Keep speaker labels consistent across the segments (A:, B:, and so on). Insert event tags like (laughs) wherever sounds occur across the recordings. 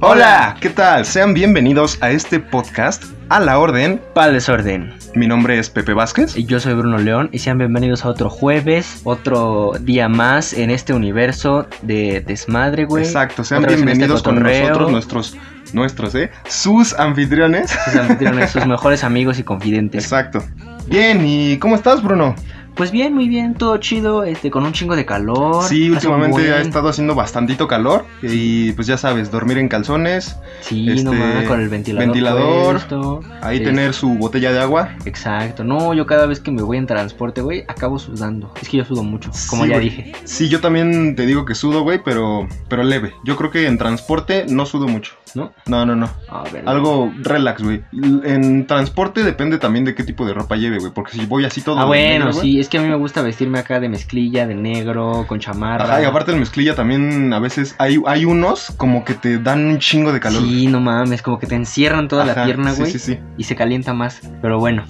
A: Hola, ¿qué tal? Sean bienvenidos a este podcast A la Orden.
B: Pal desorden.
A: Mi nombre es Pepe Vázquez.
B: Y Yo soy Bruno León y sean bienvenidos a otro jueves, otro día más en este universo de desmadre, güey.
A: Exacto, sean
B: Otra vez en este
A: bienvenidos con
B: cotorreo.
A: nosotros,
B: (laughs)
A: nuestros, nuestros, ¿eh? Sus anfitriones.
B: Sus anfitriones, sus mejores amigos y confidentes.
A: Exacto. Bien, ¿y cómo estás, Bruno?
B: Pues bien, muy bien, todo chido, este, con un chingo de calor.
A: Sí,
B: hace un
A: últimamente
B: buen-
A: ha estado haciendo bastantito calor y pues ya sabes, dormir en calzones,
B: Sí, no
A: este,
B: mames, con el ventilador.
A: ventilador,
B: puesto,
A: ahí
B: es-
A: tener su botella de agua.
B: Exacto, no, yo cada vez que me voy en transporte, güey, acabo sudando. Es que yo sudo mucho, como
A: Sí,
B: ya
A: güey.
B: dije.
A: Sí, yo también te digo que sudo, güey, pero, pero leve. Yo creo que en transporte no sudo mucho.
B: ¿No?
A: No, no, no.
B: A ver.
A: Algo relax, güey. En transporte depende también de qué tipo de ropa lleve, güey. Porque si voy así todo.
B: Ah,
A: de
B: bueno,
A: negro, güey,
B: sí, es que a mí me gusta vestirme acá de mezclilla, de negro, con chamarra.
A: Ajá, y aparte en mezclilla también a veces hay, hay unos como que te dan un chingo de calor.
B: Sí, no mames, como que te encierran toda la
A: Ajá,
B: pierna,
A: sí,
B: güey,
A: Sí, sí,
B: y se calienta más. Pero bueno,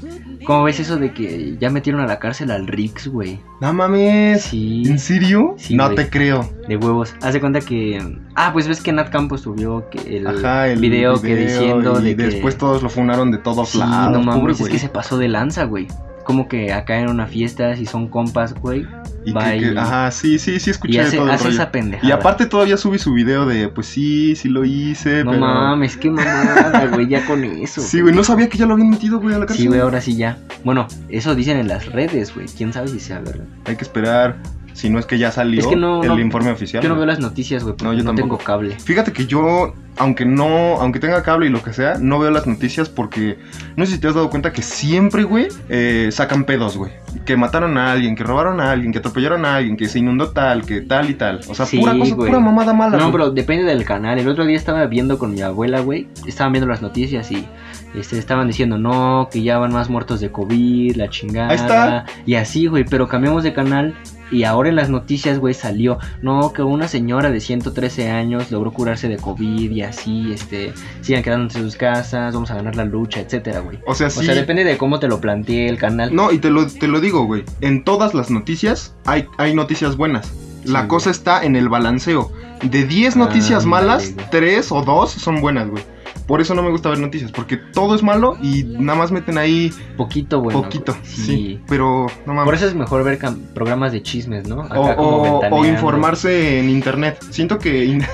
B: ¿cómo ves eso de que ya metieron a la cárcel al Rix, güey?
A: No mames.
B: Sí,
A: ¿En serio?
B: Sí,
A: no
B: güey.
A: te creo.
B: de huevos. Haz de cuenta que. Ah, pues ves que Nat Campos subió que el,
A: Ajá, el
B: video, que diciendo
A: y
B: de que.
A: después todos lo funaron de todos
B: Sí,
A: lados.
B: no
A: pobre
B: mames, es
A: güey.
B: que se pasó de lanza, güey. Como que acá en una fiesta, si son compas, güey.
A: Y que-
B: va
A: que-
B: y-
A: ajá, sí, sí, sí escuché
B: Y hace,
A: todo el
B: hace
A: rollo.
B: esa pendejada.
A: Y aparte todavía subí su video de, pues sí, sí lo hice,
B: No
A: pero...
B: mames, qué mamada, güey, ya con eso.
A: Sí, güey, no sabía que ya lo habían metido, güey, a la cárcel.
B: Sí, güey, ahora sí ya. Bueno, eso dicen en las redes, güey. ¿Quién sabe si sea verdad?
A: Hay que esperar, si no es que ya salió
B: Es que no,
A: el
B: no.
A: informe oficial.
B: Yo no
A: güey.
B: veo las noticias, güey, porque
A: No,
B: no,
A: yo tampoco.
B: tengo cable.
A: Fíjate que yo, aunque no, aunque tenga cable y lo que sea, no veo las noticias porque no sé si te has dado cuenta que siempre, güey, eh, sacan pedos, güey. Que mataron a alguien, que robaron a alguien, que atropellaron a alguien, que se inundó tal, que tal y tal. O sea,
B: Sí,
A: pura cosa,
B: güey.
A: pura mamada mala.
B: No,
A: güey.
B: pero depende del canal. El otro día estaba viendo con mi abuela, güey. Estaban viendo las noticias y este, estaban diciendo, no, que ya van más muertos de COVID, la chingada.
A: Ahí está.
B: Y así, güey, pero cambiamos de canal. Y ahora en las noticias, güey, salió, no, que una señora de 113 años logró curarse de COVID y así, este, sigan quedándose en sus casas, vamos a ganar la lucha, etcétera, güey.
A: O sea,
B: O
A: sí.
B: sea, depende de cómo te lo plantee el canal.
A: No, y te lo, te lo digo, güey. En todas las noticias hay, hay noticias buenas. La
B: Sí,
A: cosa está en el balanceo. De 10 noticias
B: Ándale,
A: malas,
B: güey.
A: 3 o 2 son buenas, güey. Por eso no me gusta ver noticias, porque todo es malo y nada más meten ahí
B: Poquito, bueno.
A: poquito.
B: güey,
A: Sí. Pero no
B: Por
A: mames.
B: eso es mejor ver cam- programas de chismes, ¿no? Acá
A: O,
B: como
A: o- o
B: ventaneando.
A: informarse en internet. Siento que. in-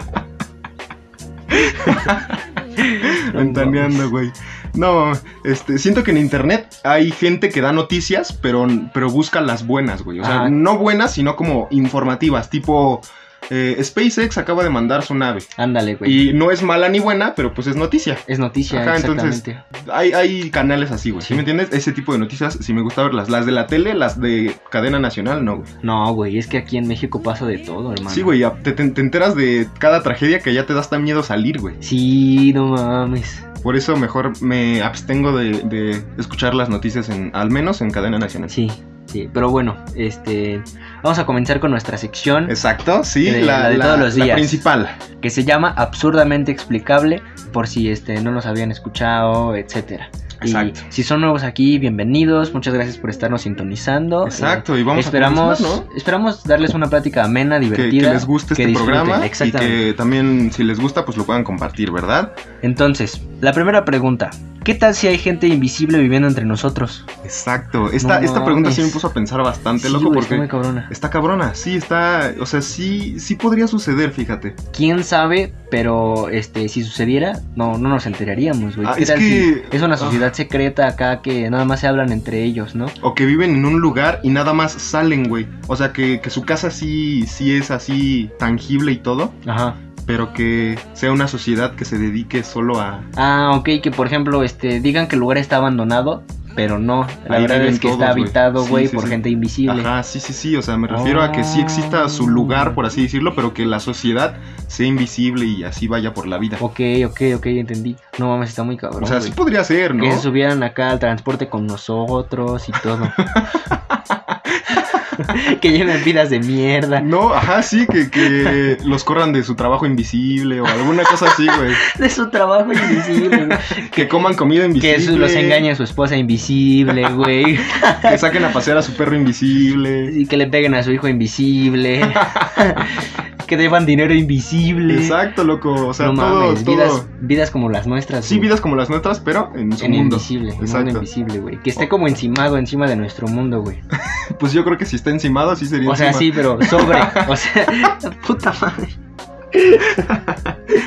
B: (laughs) No
A: Ventaneando,
B: mames.
A: güey. No, este, siento que en internet hay gente que da noticias, pero, pero busca las buenas, güey. O sea,
B: Ajá.
A: no buenas, sino como informativas, tipo eh, SpaceX acaba de mandar su nave.
B: Ándale, güey.
A: Y no es mala ni buena, pero pues es noticia.
B: Es noticia,
A: Ajá, entonces-
B: exactamente.
A: Hay, hay canales así, güey. ¿Sí.
B: Sí.
A: me entiendes? Ese tipo de noticias sí me gusta verlas. Las de la tele, las de cadena nacional, no, güey.
B: No, güey, es que aquí en México pasa de todo, hermano.
A: Sí, güey, ya te, te- te enteras de cada tragedia que ya te da hasta miedo salir, güey.
B: Sí, no mames.
A: Por eso mejor me abstengo de, de escuchar las noticias, en, al menos en cadena nacional.
B: Sí, sí. Pero bueno, este. Vamos a comenzar con nuestra sección
A: Exacto, sí, la,
B: De- Eh, la de
A: la-
B: todos los
A: la
B: días. Eh,
A: principal.
B: que se llama Absurdamente Explicable, por si este no nos habían escuchado, etcétera. Y
A: Exacto.
B: si son nuevos aquí, bienvenidos. Muchas gracias por estarnos sintonizando. Eh,
A: Exacto, y vamos
B: esperamos,
A: a comenzar, ¿no?
B: esperamos darles una plática amena,
A: Que,
B: divertida.
A: que les guste
B: que
A: este
B: disfruten,
A: programa y
B: Exactamente.
A: que también si les gusta pues lo puedan compartir, ¿verdad?
B: Entonces, la primera pregunta. ¿Qué tal si hay gente invisible viviendo entre nosotros?
A: Exacto, esta,
B: No
A: esta pregunta sí me
B: mames.
A: puso a pensar bastante, loco,
B: güey,
A: porque
B: está muy cabrona.
A: está cabrona, sí, está, o sea, sí, sí podría suceder, fíjate.
B: ¿Quién sabe? Pero este, si sucediera, no, no nos enteraríamos, güey.
A: Ah,
B: ¿Qué
A: es
B: tal si
A: que- ah.
B: es una sociedad secreta acá que nada más se hablan entre ellos, ¿no?
A: O que viven en un lugar y nada más salen, güey. O sea, que, que su casa sí, sí es así tangible y todo,
B: Ajá.
A: pero que sea una sociedad que se dedique solo a...
B: Ah, ok, que por ejemplo, este, digan que el lugar está abandonado, pero no. La
A: Ahí
B: verdad
A: viven
B: es que está
A: todos, güey.
B: habitado,
A: Sí,
B: güey,
A: sí,
B: por
A: sí.
B: gente invisible.
A: Ajá, sí, sí, sí, o sea, me refiero a que
B: Oh.
A: sí exista su lugar, por así decirlo, pero que la sociedad sea invisible y así vaya por la vida.
B: Ok, ok, ok, entendí. No mames, está muy cabrón.
A: O sea,
B: güey.
A: sí podría ser, ¿no?
B: Que se subieran acá al transporte con nosotros y
A: (laughs)
B: todo. que lleven vidas de mierda.
A: No, ajá, sí, que,
B: (laughs)
A: que los corran de su trabajo invisible o alguna cosa así, güey.
B: De su trabajo invisible. güey.
A: Que coman comida invisible.
B: que su- los engañe a su esposa invisible, güey.
A: Que saquen a pasear a su perro invisible. (laughs)
B: Y que le peguen a su hijo invisible. que deban dinero invisible.
A: Exacto, loco. O sea,
B: no
A: todo,
B: mames,
A: todo-
B: Vidas, vidas como las nuestras.
A: Sí,
B: güey.
A: vidas como las nuestras, pero en su
B: en
A: mundo.
B: invisible, en mundo
A: Exacto.
B: invisible, güey. Que esté como encimado encima de nuestro mundo, güey.
A: Pues yo creo que si está encimado, sí sería
B: O sea,
A: encima.
B: sí, pero
A: (laughs)
B: sobre. O sea, (laughs) puta madre.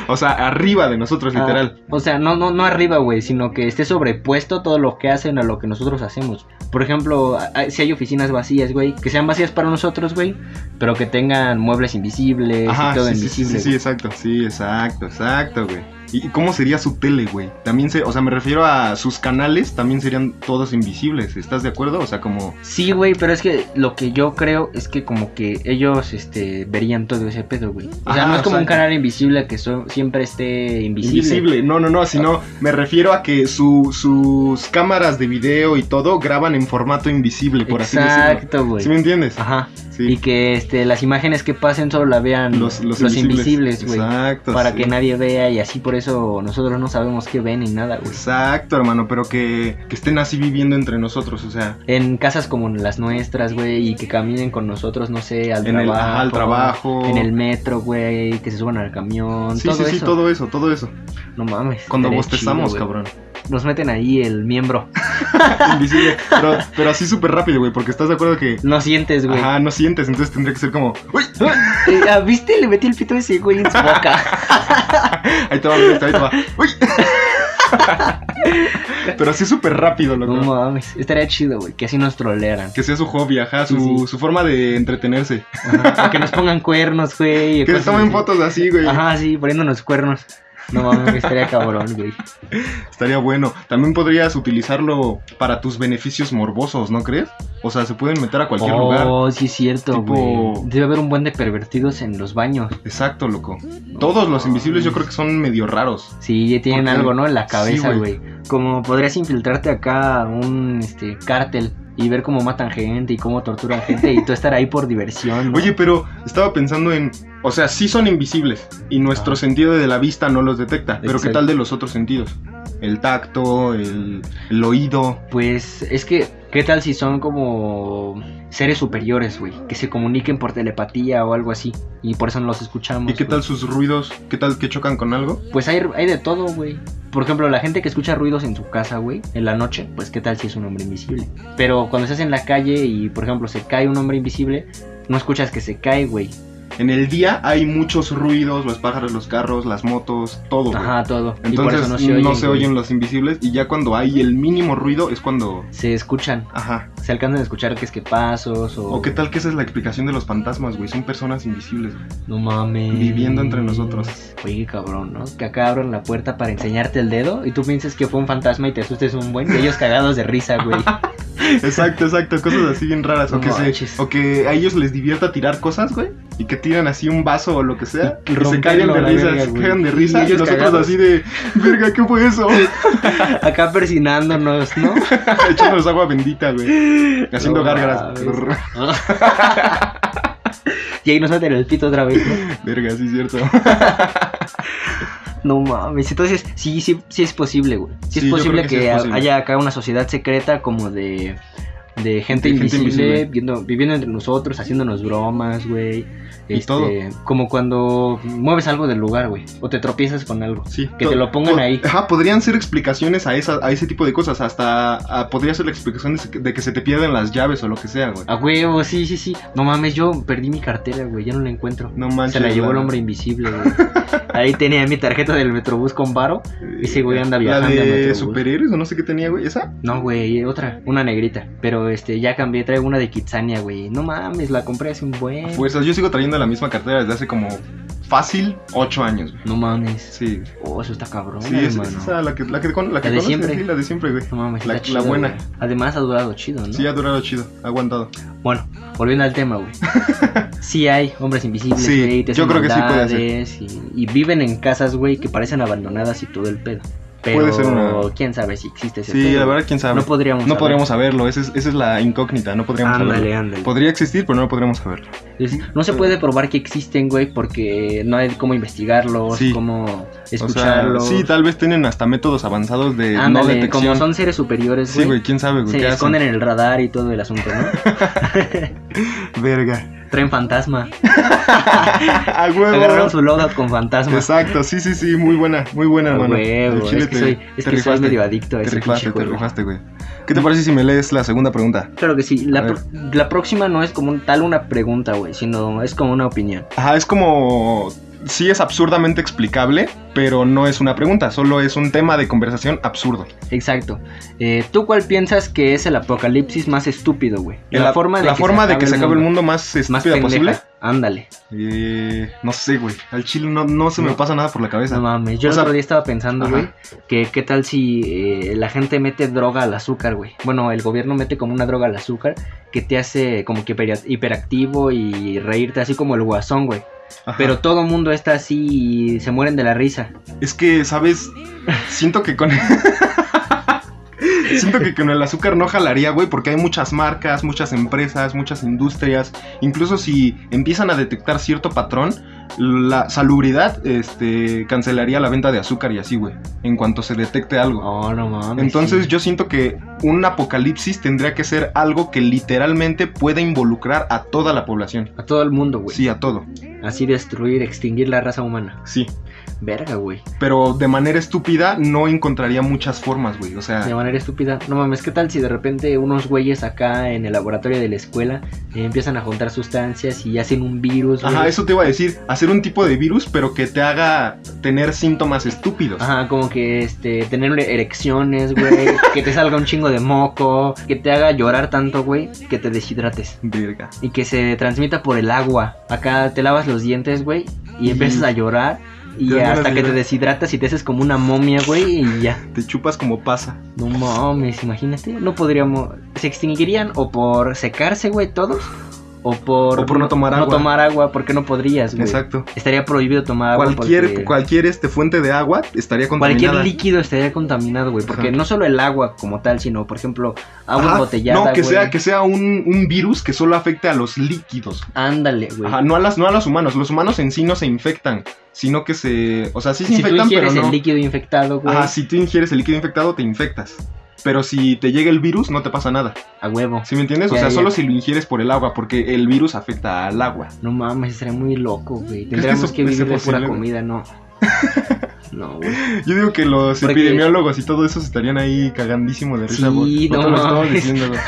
A: O sea, arriba de nosotros, pues, literal.
B: Ah, o sea, no, no, no arriba, güey, sino que esté sobrepuesto todo lo que hacen a lo que nosotros hacemos. Por ejemplo, a- a- si hay oficinas vacías, güey, que sean vacías para nosotros, güey, pero que tengan muebles invisibles y todo
A: sí, sí, sí,
B: invisible.
A: sí, sí, exacto. Sí, exacto, exacto, güey. ¿Y y cómo sería su tele, güey? También se, o sea, me refiero a sus canales, también serían todos invisibles. ¿Estás de acuerdo? O sea, como
B: güey. Sí, güey, pero es que lo que yo creo es que como que ellos este, verían todo ese pedo, güey. O sea,
A: Ajá,
B: no es como
A: o sea,
B: un canal invisible que so- siempre esté invisible. Ah.
A: Invisible, no, no, no, sino me refiero a que su- sus cámaras de video y todo graban en formato invisible, por así decirlo.
B: Exacto, güey.
A: ¿Sí me entiendes?
B: Ajá.
A: Sí.
B: Y que este, las imágenes que pasen solo la vean los, invisibles, güey.
A: Exacto.
B: para
A: sí.
B: que nadie vea y así por eso nosotros no sabemos qué ven ni nada, güey.
A: Exacto, hermano, pero que, que estén así viviendo entre nosotros, o sea,
B: En casas como las nuestras, güey, y que caminen con nosotros, no sé, al
A: en el
B: trabajo.
A: ajá, al trabajo.
B: En el metro, güey, que se suban al camión.
A: Sí,
B: todo
A: sí, sí,
B: eso.
A: todo eso, todo eso.
B: No mames.
A: Cuando
B: estaría
A: bostezamos,
B: chido, güey.
A: cabrón.
B: Nos meten ahí el miembro. (laughs)
A: Invisible. Pero, pero así súper rápido, güey, porque estás de acuerdo que.
B: No sientes, güey.
A: Ajá, no sientes, entonces tendría que ser como. ¡Uy!
B: Eh, ah, ¿Viste? Le metí el pito ese,
A: (laughs)
B: güey, en su boca.
A: Ahí te va, ahí te
B: (laughs)
A: va. ¡Uy! Pero así súper rápido, loco.
B: no mames. Estaría chido, güey, que así nos trolearan.
A: Que sea su hobby, ajá, su,
B: Sí, sí.
A: su forma de entretenerse.
B: Ajá, o que nos pongan cuernos, güey. o
A: Que se
B: cosas
A: tomen
B: así.
A: fotos así, güey.
B: pues, Ajá, sí, poniéndonos cuernos. No mames, estaría cabrón, güey.
A: Estaría bueno. También podrías utilizarlo para tus beneficios morbosos, ¿no crees? O sea, se pueden meter a cualquier
B: oh,
A: lugar.
B: sí es cierto, güey.
A: Tipo-
B: Debe haber un buen de pervertidos en los baños.
A: Exacto, loco. Todos los invisibles yo creo que son medio raros.
B: Sí, tienen
A: Porque-
B: algo, ¿no? En la cabeza,
A: sí,
B: güey. Como podrías infiltrarte acá a un este, cártel y ver cómo matan gente y cómo torturan gente y tú estar ahí por diversión, ¿no?
A: Oye, pero estaba pensando en, o sea, sí son invisibles y nuestro
B: Ah.
A: sentido de la vista no los detecta, pero ¿qué
B: Exacto.
A: tal de los otros sentidos? El tacto, el, el oído.
B: Pues es que, ¿qué tal si son como seres superiores, güey? Que se comuniquen por telepatía o algo así y por eso no los escuchamos.
A: ¿Y qué
B: güey.
A: tal sus ruidos? ¿Qué tal que chocan con algo?
B: Pues hay, hay de todo, güey. Por ejemplo, la gente que escucha ruidos en su casa, güey, en la noche, pues qué tal si es un hombre invisible. Pero cuando estás en la calle y, por ejemplo, se cae un hombre invisible, no escuchas que se cae, güey.
A: En el día hay muchos ruidos, los pájaros, los carros, las motos, todo. güey.
B: Ajá, todo. y por
A: Entonces
B: eso
A: no
B: no
A: se, oyen,
B: güey.
A: los invisibles y ya cuando hay el mínimo ruido es cuando...
B: Se escuchan,
A: Ajá.
B: se alcanzan a escuchar que es que pasos o...
A: O qué tal que esa es la explicación de los fantasmas, güey. Son personas invisibles. güey.
B: No mames.
A: Viviendo entre nosotros.
B: Oye, qué cabrón, ¿no? Que acá abran la puerta para enseñarte el dedo y tú pienses que fue un fantasma y te asustes un buen y ellos cagados de risa,
A: (laughs)
B: güey.
A: Exacto, exacto. Cosas así bien raras. O
B: No
A: que,
B: manches.
A: se, o que a ellos les divierta tirar cosas, güey. Y que tiran así un vaso o lo que sea.
B: Y
A: Y, se
B: romperlo
A: caigan de
B: a la
A: risa.
B: verga,
A: se
B: güey.
A: caigan de
B: Y
A: risa. Y,
B: ellos
A: nosotros
B: cagados.
A: así de... Verga, ¿qué fue
B: (laughs)
A: eso?
B: acá persinándonos, ¿no?
A: Echándonos agua bendita, güey. Haciendo
B: No
A: gárgaras.
B: mames. Ah. (laughs) y ahí nos meten el pito otra vez, ¿no?
A: Verga, sí, cierto.
B: No mames, entonces sí, sí, sí es posible, güey.
A: Sí,
B: Sí, es
A: yo
B: posible
A: creo
B: que,
A: que sí es
B: ha-
A: posible.
B: haya acá una sociedad secreta como de, de gente
A: De gente
B: invisible,
A: invisible.
B: viendo- viviendo entre nosotros, haciéndonos bromas, güey. Este,
A: Y todo.
B: Como cuando mueves algo del lugar, güey, o te tropiezas con algo.
A: (laughs) Sí,
B: Que te
A: to-
B: lo pongan
A: to-
B: ahí.
A: Ajá, podrían ser explicaciones a, esa, a ese tipo de cosas. Hasta a- podría ser la explicación de, se- de que se te pierden las llaves o lo que sea, güey.
B: A huevo, sí, sí, sí. No mames, yo perdí mi cartera, güey, ya no la encuentro.
A: No manches.
B: Se la llevó el hombre invisible,
A: (laughs)
B: güey. Ahí tenía mi tarjeta del Metrobús con varo. ese güey anda
A: La
B: viajando en
A: de
B: autobús.
A: superhéroes o no sé qué tenía, güey. ¿Esa?
B: No, güey, otra, una negrita. Pero este, ya cambié, traigo una de Kitsania, güey. No mames, la compré hace un
A: A
B: buen.
A: fuerzas. Pues Yo sigo trayendo la misma cartera desde hace como fácil 8 años, güey.
B: No mames.
A: Sí,
B: Oh, eso está cabrón,
A: sí, es,
B: hermano.
A: es esa la que, la que, con- la que
B: de
A: conoces,
B: siempre.
A: sí, la de siempre, güey.
B: No mames,
A: la-
B: está
A: la
B: chido,
A: buena.
B: güey. Además ha durado chido, ¿no?
A: Sí, ha durado chido, ha aguantado.
B: Bueno, volviendo al
A: (laughs)
B: tema, güey. sí hay hombres invisibles,
A: Sí,
B: güey. te
A: yo
B: hacen
A: creo que sí puede
B: maldades Y, y viven en casas, güey, que parecen abandonadas y todo el pedo. Pero
A: Puede ser una-
B: quién sabe si existe ese
A: Sí,
B: pedo,
A: la
B: güey.
A: verdad, quién sabe.
B: No podríamos
A: No
B: saber.
A: podríamos saberlo, esa es, esa es la incógnita, no podríamos
B: Ándale,
A: saberlo.
B: ándale.
A: Podría existir, pero no lo podríamos saberlo.
B: Es- No se puede probar que existen, güey, porque no hay cómo investigarlos,
A: Sí.
B: cómo
A: O sea,
B: escucharlos.
A: sí, tal vez tienen hasta métodos avanzados de no
B: Ándale,
A: detección.
B: como son seres superiores,
A: Sí,
B: güey.
A: güey, quién sabe, güey.
B: se
A: ¿qué hacen? (laughs)
B: esconden en el radar y todo el asunto, ¿no?
A: Verga. (laughs)
B: Tren fantasma.
A: a huevo.
B: Agarraron su loadout con fantasma.
A: Exacto, sí, sí, sí, muy buena, muy buena,
B: A
A: hermano.
B: huevo,
A: El chile
B: es que
A: te-
B: soy, es
A: te
B: que soy
A: rifaste,
B: medio adicto a
A: Te
B: ese
A: rifaste,
B: pinche
A: te
B: juego.
A: rifaste, güey. ¿Qué te parece si me lees la segunda pregunta?
B: Claro que sí.
A: A
B: La,
A: ver.
B: pro- la próxima no es como un- tal una pregunta, güey, sino es como una opinión.
A: Ajá, es como. Sí, es absurdamente explicable, pero no es una pregunta, solo es un tema de conversación absurdo.
B: Exacto. Eh, ¿Tú cuál piensas que es el apocalipsis más estúpido, güey?
A: El- la forma de que se acabe el mundo más
B: más
A: estúpida
B: pendeja.
A: posible.
B: Ándale.
A: Eh, no sé, güey. Al chile no, no se me
B: No.
A: pasa nada por la cabeza.
B: No mames. Yo
A: O
B: el
A: sea,
B: otro día estaba pensando,
A: ajá.
B: güey, que qué tal si eh, la gente mete droga al azúcar, güey. Bueno, el gobierno mete como una droga al azúcar que te hace como que hiper- hiperactivo y reírte así como el guasón, güey.
A: Ajá.
B: Pero todo mundo está así y se mueren de la risa.
A: Es que, ¿sabes? Siento que con. (laughs) Siento que con el azúcar no jalaría, güey, porque hay muchas marcas, muchas empresas, muchas industrias. Incluso si empiezan a detectar cierto patrón, la salubridad este, cancelaría la venta de azúcar y así, güey, en cuanto se detecte algo.
B: Oh, no mames.
A: Entonces
B: sí.
A: yo siento que un apocalipsis tendría que ser algo que literalmente pueda involucrar a toda la población.
B: A todo el mundo, güey.
A: Sí, a todo.
B: Así destruir, extinguir la raza humana.
A: Sí.
B: Verga, güey.
A: Pero de manera estúpida no encontraría muchas formas, güey. O sea...
B: De manera estúpida. No mames, ¿qué tal si de repente unos güeyes acá en el laboratorio de la escuela eh, empiezan a juntar sustancias y hacen un virus? güey?
A: Ajá, eso te iba a decir. Hacer un tipo de virus, pero que te haga tener síntomas estúpidos.
B: Ajá, como que este, tener erecciones, güey, (laughs) que te salga un chingo de moco, que te haga llorar tanto, güey, que te deshidrates
A: Verga.
B: y que se transmita por el agua. Acá te lavas los dientes, güey, y
A: Y-
B: empiezas a llorar y
A: Te dan ganas
B: hasta
A: de
B: que te
A: llorar.
B: deshidratas y te haces como una momia, güey, y ya.
A: Te chupas como pasa.
B: No mames, imagínate, no podríamos. Se extinguirían o por secarse, güey, todos. O por,
A: O por no tomar agua.
B: tomar agua, porque no podrías, güey.
A: Exacto.
B: Estaría prohibido tomar agua.
A: Cualquier,
B: porque
A: cualquier este, fuente de agua estaría
B: cualquier
A: contaminada.
B: líquido estaría contaminado, güey. Porque
A: Ajá.
B: no solo el agua como tal, sino, por ejemplo, agua
A: Ajá,
B: embotellada.
A: No, que
B: güey.
A: sea, que sea un, un virus que solo afecte a los líquidos.
B: Ándale, güey.
A: Ajá, no a, las, no a los humanos. Los humanos en sí no se infectan, sino que se... O sea, sí se
B: Si tú
A: infectan, pero
B: ingieres el
A: no...
B: líquido infectado, güey,
A: Ajá, si tú ingieres el líquido infectado, te infectas. Pero si te llega el virus, no te pasa nada.
B: a huevo.
A: ¿Sí me entiendes? O
B: Ya,
A: sea,
B: ya.
A: solo si lo ingieres por el agua, porque el virus afecta al agua.
B: No mames, estaría muy loco, güey.
A: que eso
B: Tendríamos que,
A: puede ser
B: vivir de pura
A: posible, güey? (laughs)
B: comida, no. No, güey.
A: Yo digo que los
B: Porque-
A: epidemiólogos y todo eso estarían ahí cagandísimo de risa.
B: Sí,
A: por- por
B: no
A: todo lo que estamos
B: mames.
A: diciendo, güey.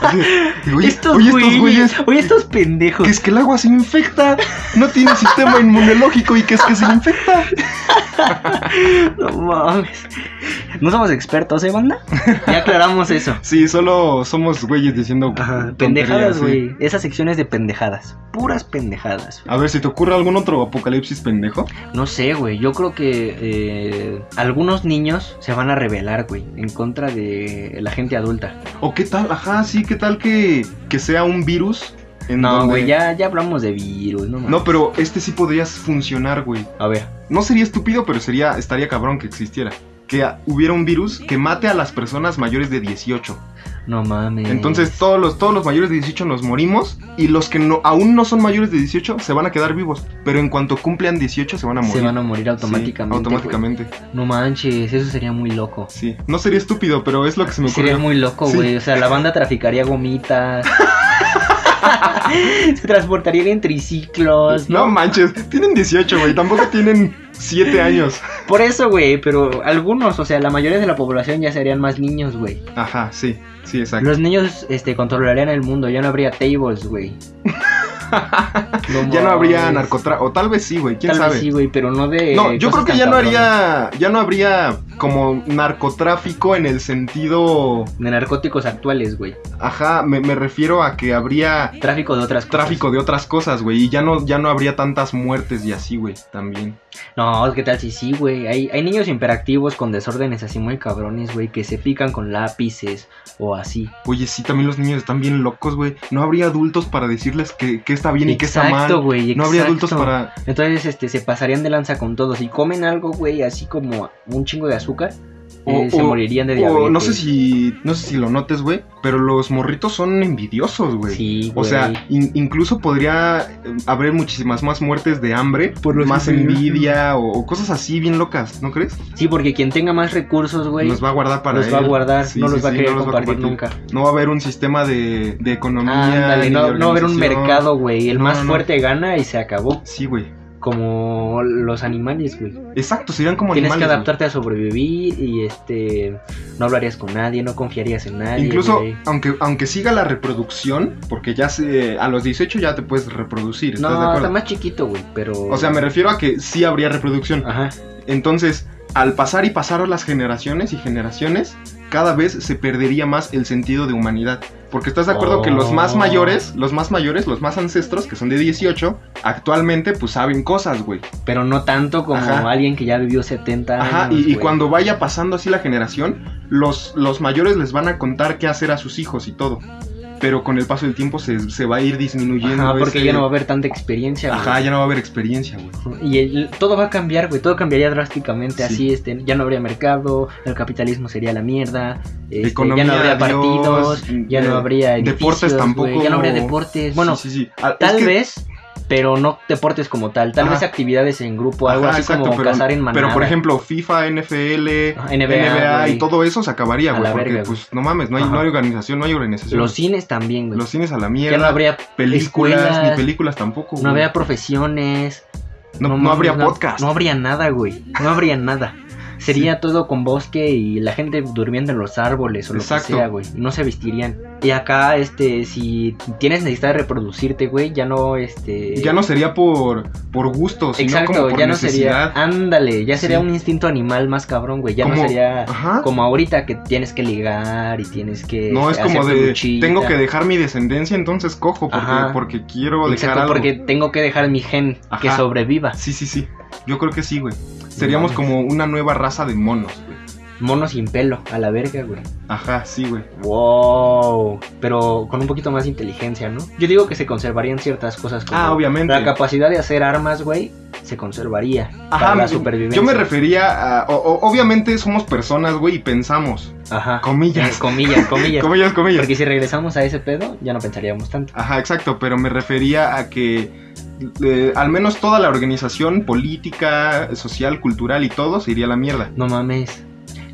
A: Así de, oye,
B: (laughs) estos
A: oye,
B: güeyes,
A: estos güeyes.
B: oye, estos
A: Que
B: pendejos.
A: es que el agua se infecta. No tiene sistema inmunológico y que es que se infecta.
B: No mames. No somos expertos, ¿eh, banda? Ya aclaramos eso.
A: Sí, solo somos güeyes diciendo.
B: Ajá,
A: tonterías,
B: pendejadas,
A: sí.
B: güey. Esas secciones de pendejadas. Puras pendejadas.
A: A ver, si te ocurre algún otro apocalipsis pendejo?
B: No sé, güey. Yo creo que eh, algunos niños se van a rebelar, güey. En contra de la gente adulta.
A: ¿O qué tal? Ajá, sí, ¿qué tal que, que sea un virus? En
B: No,
A: donde-
B: güey, ya, ya hablamos de virus, no mames.
A: No, pero este sí podrías funcionar, güey.
B: A ver.
A: No sería estúpido, pero sería estaría cabrón que existiera. Que ah, hubiera un virus que mate a las personas mayores de 18.
B: No mames.
A: Entonces todos los, todos los mayores de 18 nos morimos y los que no, aún no son mayores de 18 se van a quedar vivos. Pero en cuanto cumplan 18 se van a morir.
B: se van a morir
A: Sí,
B: automáticamente.
A: automáticamente,
B: güey. No manches, eso sería muy loco.
A: sí. No sería estúpido, pero es lo que se me ocurrió.
B: Sería muy loco,
A: Sí.
B: güey. O sea, la banda traficaría gomitas. (laughs) se transportarían en triciclos.
A: No manches, tienen 18, güey. Tampoco tienen 7 años.
B: Por eso, güey. Pero algunos, o sea, la mayoría de la población ya serían más niños, güey.
A: Ajá, sí, sí, exacto.
B: Los niños este, controlarían el mundo. Ya no habría tables, güey.
A: (laughs) Ya no habría
B: mames.
A: narcotráfico. O tal vez sí, güey. ¿Quién
B: Tal
A: sabe?
B: vez sí, güey, pero no de.
A: No, yo
B: Eh,
A: creo
B: cosas
A: que
B: tan
A: ya no
B: cabronas.
A: haría, ya no habría como narcotráfico en el sentido,
B: De narcóticos actuales, güey.
A: ajá, me, me refiero a que habría
B: Tráfico de otras cosas.
A: tráfico de otras cosas, güey, y ya no, ya no habría tantas muertes y así, güey, también.
B: No, ¿qué tal? Sí, sí, güey. Hay, hay niños hiperactivos con desórdenes así muy cabrones, güey, que se pican con lápices o así.
A: Oye, sí, también los niños están bien locos, güey. No habría adultos para decirles que, que está bien y que está mal.
B: Exacto, güey.
A: no habría
B: exacto.
A: adultos para.
B: Entonces, este, se pasarían de lanza con todo. Si comen algo, güey, así como un chingo de azúcar, eh, se morirían de diabetes.
A: o no sé si no sé si lo notes, güey, pero los morritos son envidiosos, güey.
B: Sí,
A: O
B: güey.
A: sea, in- incluso podría eh, haber muchísimas más muertes de hambre,
C: Por los
A: más
C: envidiosos.
A: envidia o, o cosas así bien locas, ¿no crees?
B: Sí, porque quien tenga más recursos, güey,
A: Los va a guardar para
B: los va a
A: él.
B: guardar,
A: Sí,
B: no
A: sí,
B: los va a
A: sí,
B: querer
A: no los va a
B: compartir
A: compartir.
B: nunca.
A: No va a haber un sistema de, de economía.
B: Ándale,
A: ni
B: no,
A: de
B: no va a haber un
A: organización.
B: mercado, güey. El
A: No,
B: más
A: no, no.
B: fuerte gana y se acabó.
A: Sí, güey.
B: Como los animales, güey.
A: Exacto, serían como
B: Tienes que
A: animales, güey.
B: adaptarte a sobrevivir y este no hablarías con nadie, no confiarías en nadie.
A: Incluso,
B: güey.
A: aunque, aunque siga la reproducción, porque ya se, a los 18 ya te puedes reproducir, ¿estás de
B: No,
A: acuerdo?
B: está más chiquito, güey, pero
A: O sea, me refiero a que sí habría reproducción.
B: Ajá.
A: Entonces, al pasar y pasar las generaciones y generaciones, cada vez se perdería más el sentido de humanidad. Porque estás de acuerdo que los más
B: Oh.
A: mayores, los más mayores, los más ancestros, que son de 18, actualmente pues saben cosas, güey.
B: Pero no tanto como
A: Ajá.
B: alguien que ya vivió 70 años.
A: Ajá, y, y
B: güey.
A: cuando vaya pasando así la generación, los, los mayores les van a contar qué hacer a sus hijos y todo. Pero con el paso del tiempo se, se va a ir disminuyendo.
B: Ajá, porque
A: ese-
B: ya no va a haber Este, tanta experiencia, güey.
A: Ajá, ya no va a haber experiencia, güey.
B: Y el- todo va a cambiar, güey, todo cambiaría drásticamente.
A: Sí.
B: Así, este, ya no habría mercado, el capitalismo sería la mierda, este,
A: Economía,
B: ya no habría
A: adiós,
B: partidos, ya
A: eh,
B: no habría edificios,
A: deportes tampoco.
B: güey, ya no habría deportes. Bueno,
A: Sí, sí, sí. Ah, es
B: tal
A: que-
B: vez, pero no deportes como tal, tal
A: Ajá.
B: vez actividades en grupo, algo
A: Ajá,
B: así
A: exacto,
B: como
A: pero-
B: cazar en manada. Ah,
A: Pero por ejemplo, FIFA, NFL,
B: Ajá,
A: NBA,
B: NBA,
A: y
B: güey.
A: todo eso se acabaría,
B: A
A: güey.
B: la
A: Porque
B: verga,
A: pues no mames, no hay,
B: Ajá.
A: no hay organización, no hay organización.
B: los cines también, güey.
A: Los cines a la mierda.
B: Ya no habría
A: películas,
B: escuelas,
A: ni películas tampoco.
B: no
A: güey.
B: habría profesiones,
A: No- no
B: mames,
A: habría podcast.
B: No habría nada, güey. No habría nada. Sería todo con bosque y la gente durmiendo en los árboles o lo
A: Exacto.
B: que sea, güey. No se vestirían. Y acá, este, si tienes necesidad de reproducirte, güey, ya no, este.
A: Ya no sería por, por gusto, sino
B: Exacto,
A: como por
B: ya no
A: necesidad.
B: sería. Ándale, ya sería
A: Sí.
B: un instinto animal más cabrón, güey. Ya
A: Como-
B: no sería
A: Ajá.
B: como ahorita que tienes que ligar y tienes que.
A: no es
B: hacer
A: como
B: tu
A: de
B: luchita.
A: tengo que dejar mi descendencia, entonces cojo porque,
B: Ajá.
A: porque quiero dejar
B: Exacto,
A: algo.
B: porque tengo que dejar mi gen que
A: Ajá.
B: sobreviva.
A: Sí, sí, sí. Yo creo que sí, güey. Seríamos
B: mames.
A: como una nueva raza de monos, güey.
B: Mono sin pelo, a la verga, güey.
A: Ajá, sí, güey.
B: Wow, pero con un poquito más de inteligencia, ¿no? Yo digo que se conservarían ciertas cosas como
A: Ah, obviamente.
B: la capacidad de hacer armas, güey, se conservaría para la supervivencia.
A: Yo me refería a. o- o- obviamente somos personas, güey, y pensamos.
B: Ajá.
A: Comillas.
B: Eh, (laughs) comillas, comillas.
A: (laughs) Comillas, comillas.
B: Porque si regresamos a ese pedo, ya no pensaríamos tanto.
A: Ajá, exacto, pero me refería a que. eh, al menos toda la organización política, social, cultural y todo se iría a la mierda.
B: No mames.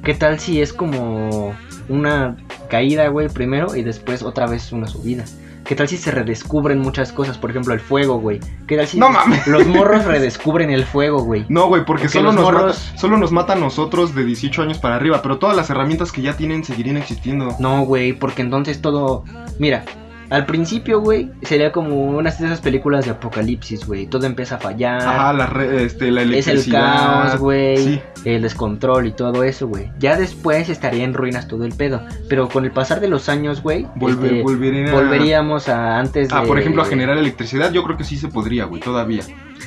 B: ¿Qué tal si es como una caída, güey, primero y después otra vez una subida? ¿Qué tal si se redescubren muchas cosas? Por ejemplo, el fuego, güey. ¿Qué tal si
A: No mames.
B: los morros redescubren el fuego, güey?
A: No, güey, porque
B: Porque
A: solo
B: los
A: nos,
B: morros-
A: mata, solo nos mata a nosotros de 18 años para arriba, pero todas las herramientas que ya tienen seguirían existiendo.
B: No, güey, porque entonces todo. Mira, al principio, güey, sería como unas de esas películas de apocalipsis, güey. Todo empieza a fallar.
A: Ajá, la, re- este, la
B: Ah, es el
A: electricidad.
B: caos, güey.
A: Sí,
B: El descontrol y todo eso, güey. Ya después estaría en ruinas todo el pedo. Pero con el pasar de los años, güey,
A: volve-
B: este,
A: volverían a-
B: volveríamos a antes de.
A: Ah, por ejemplo, a generar electricidad, yo creo que sí se podría, güey, todavía.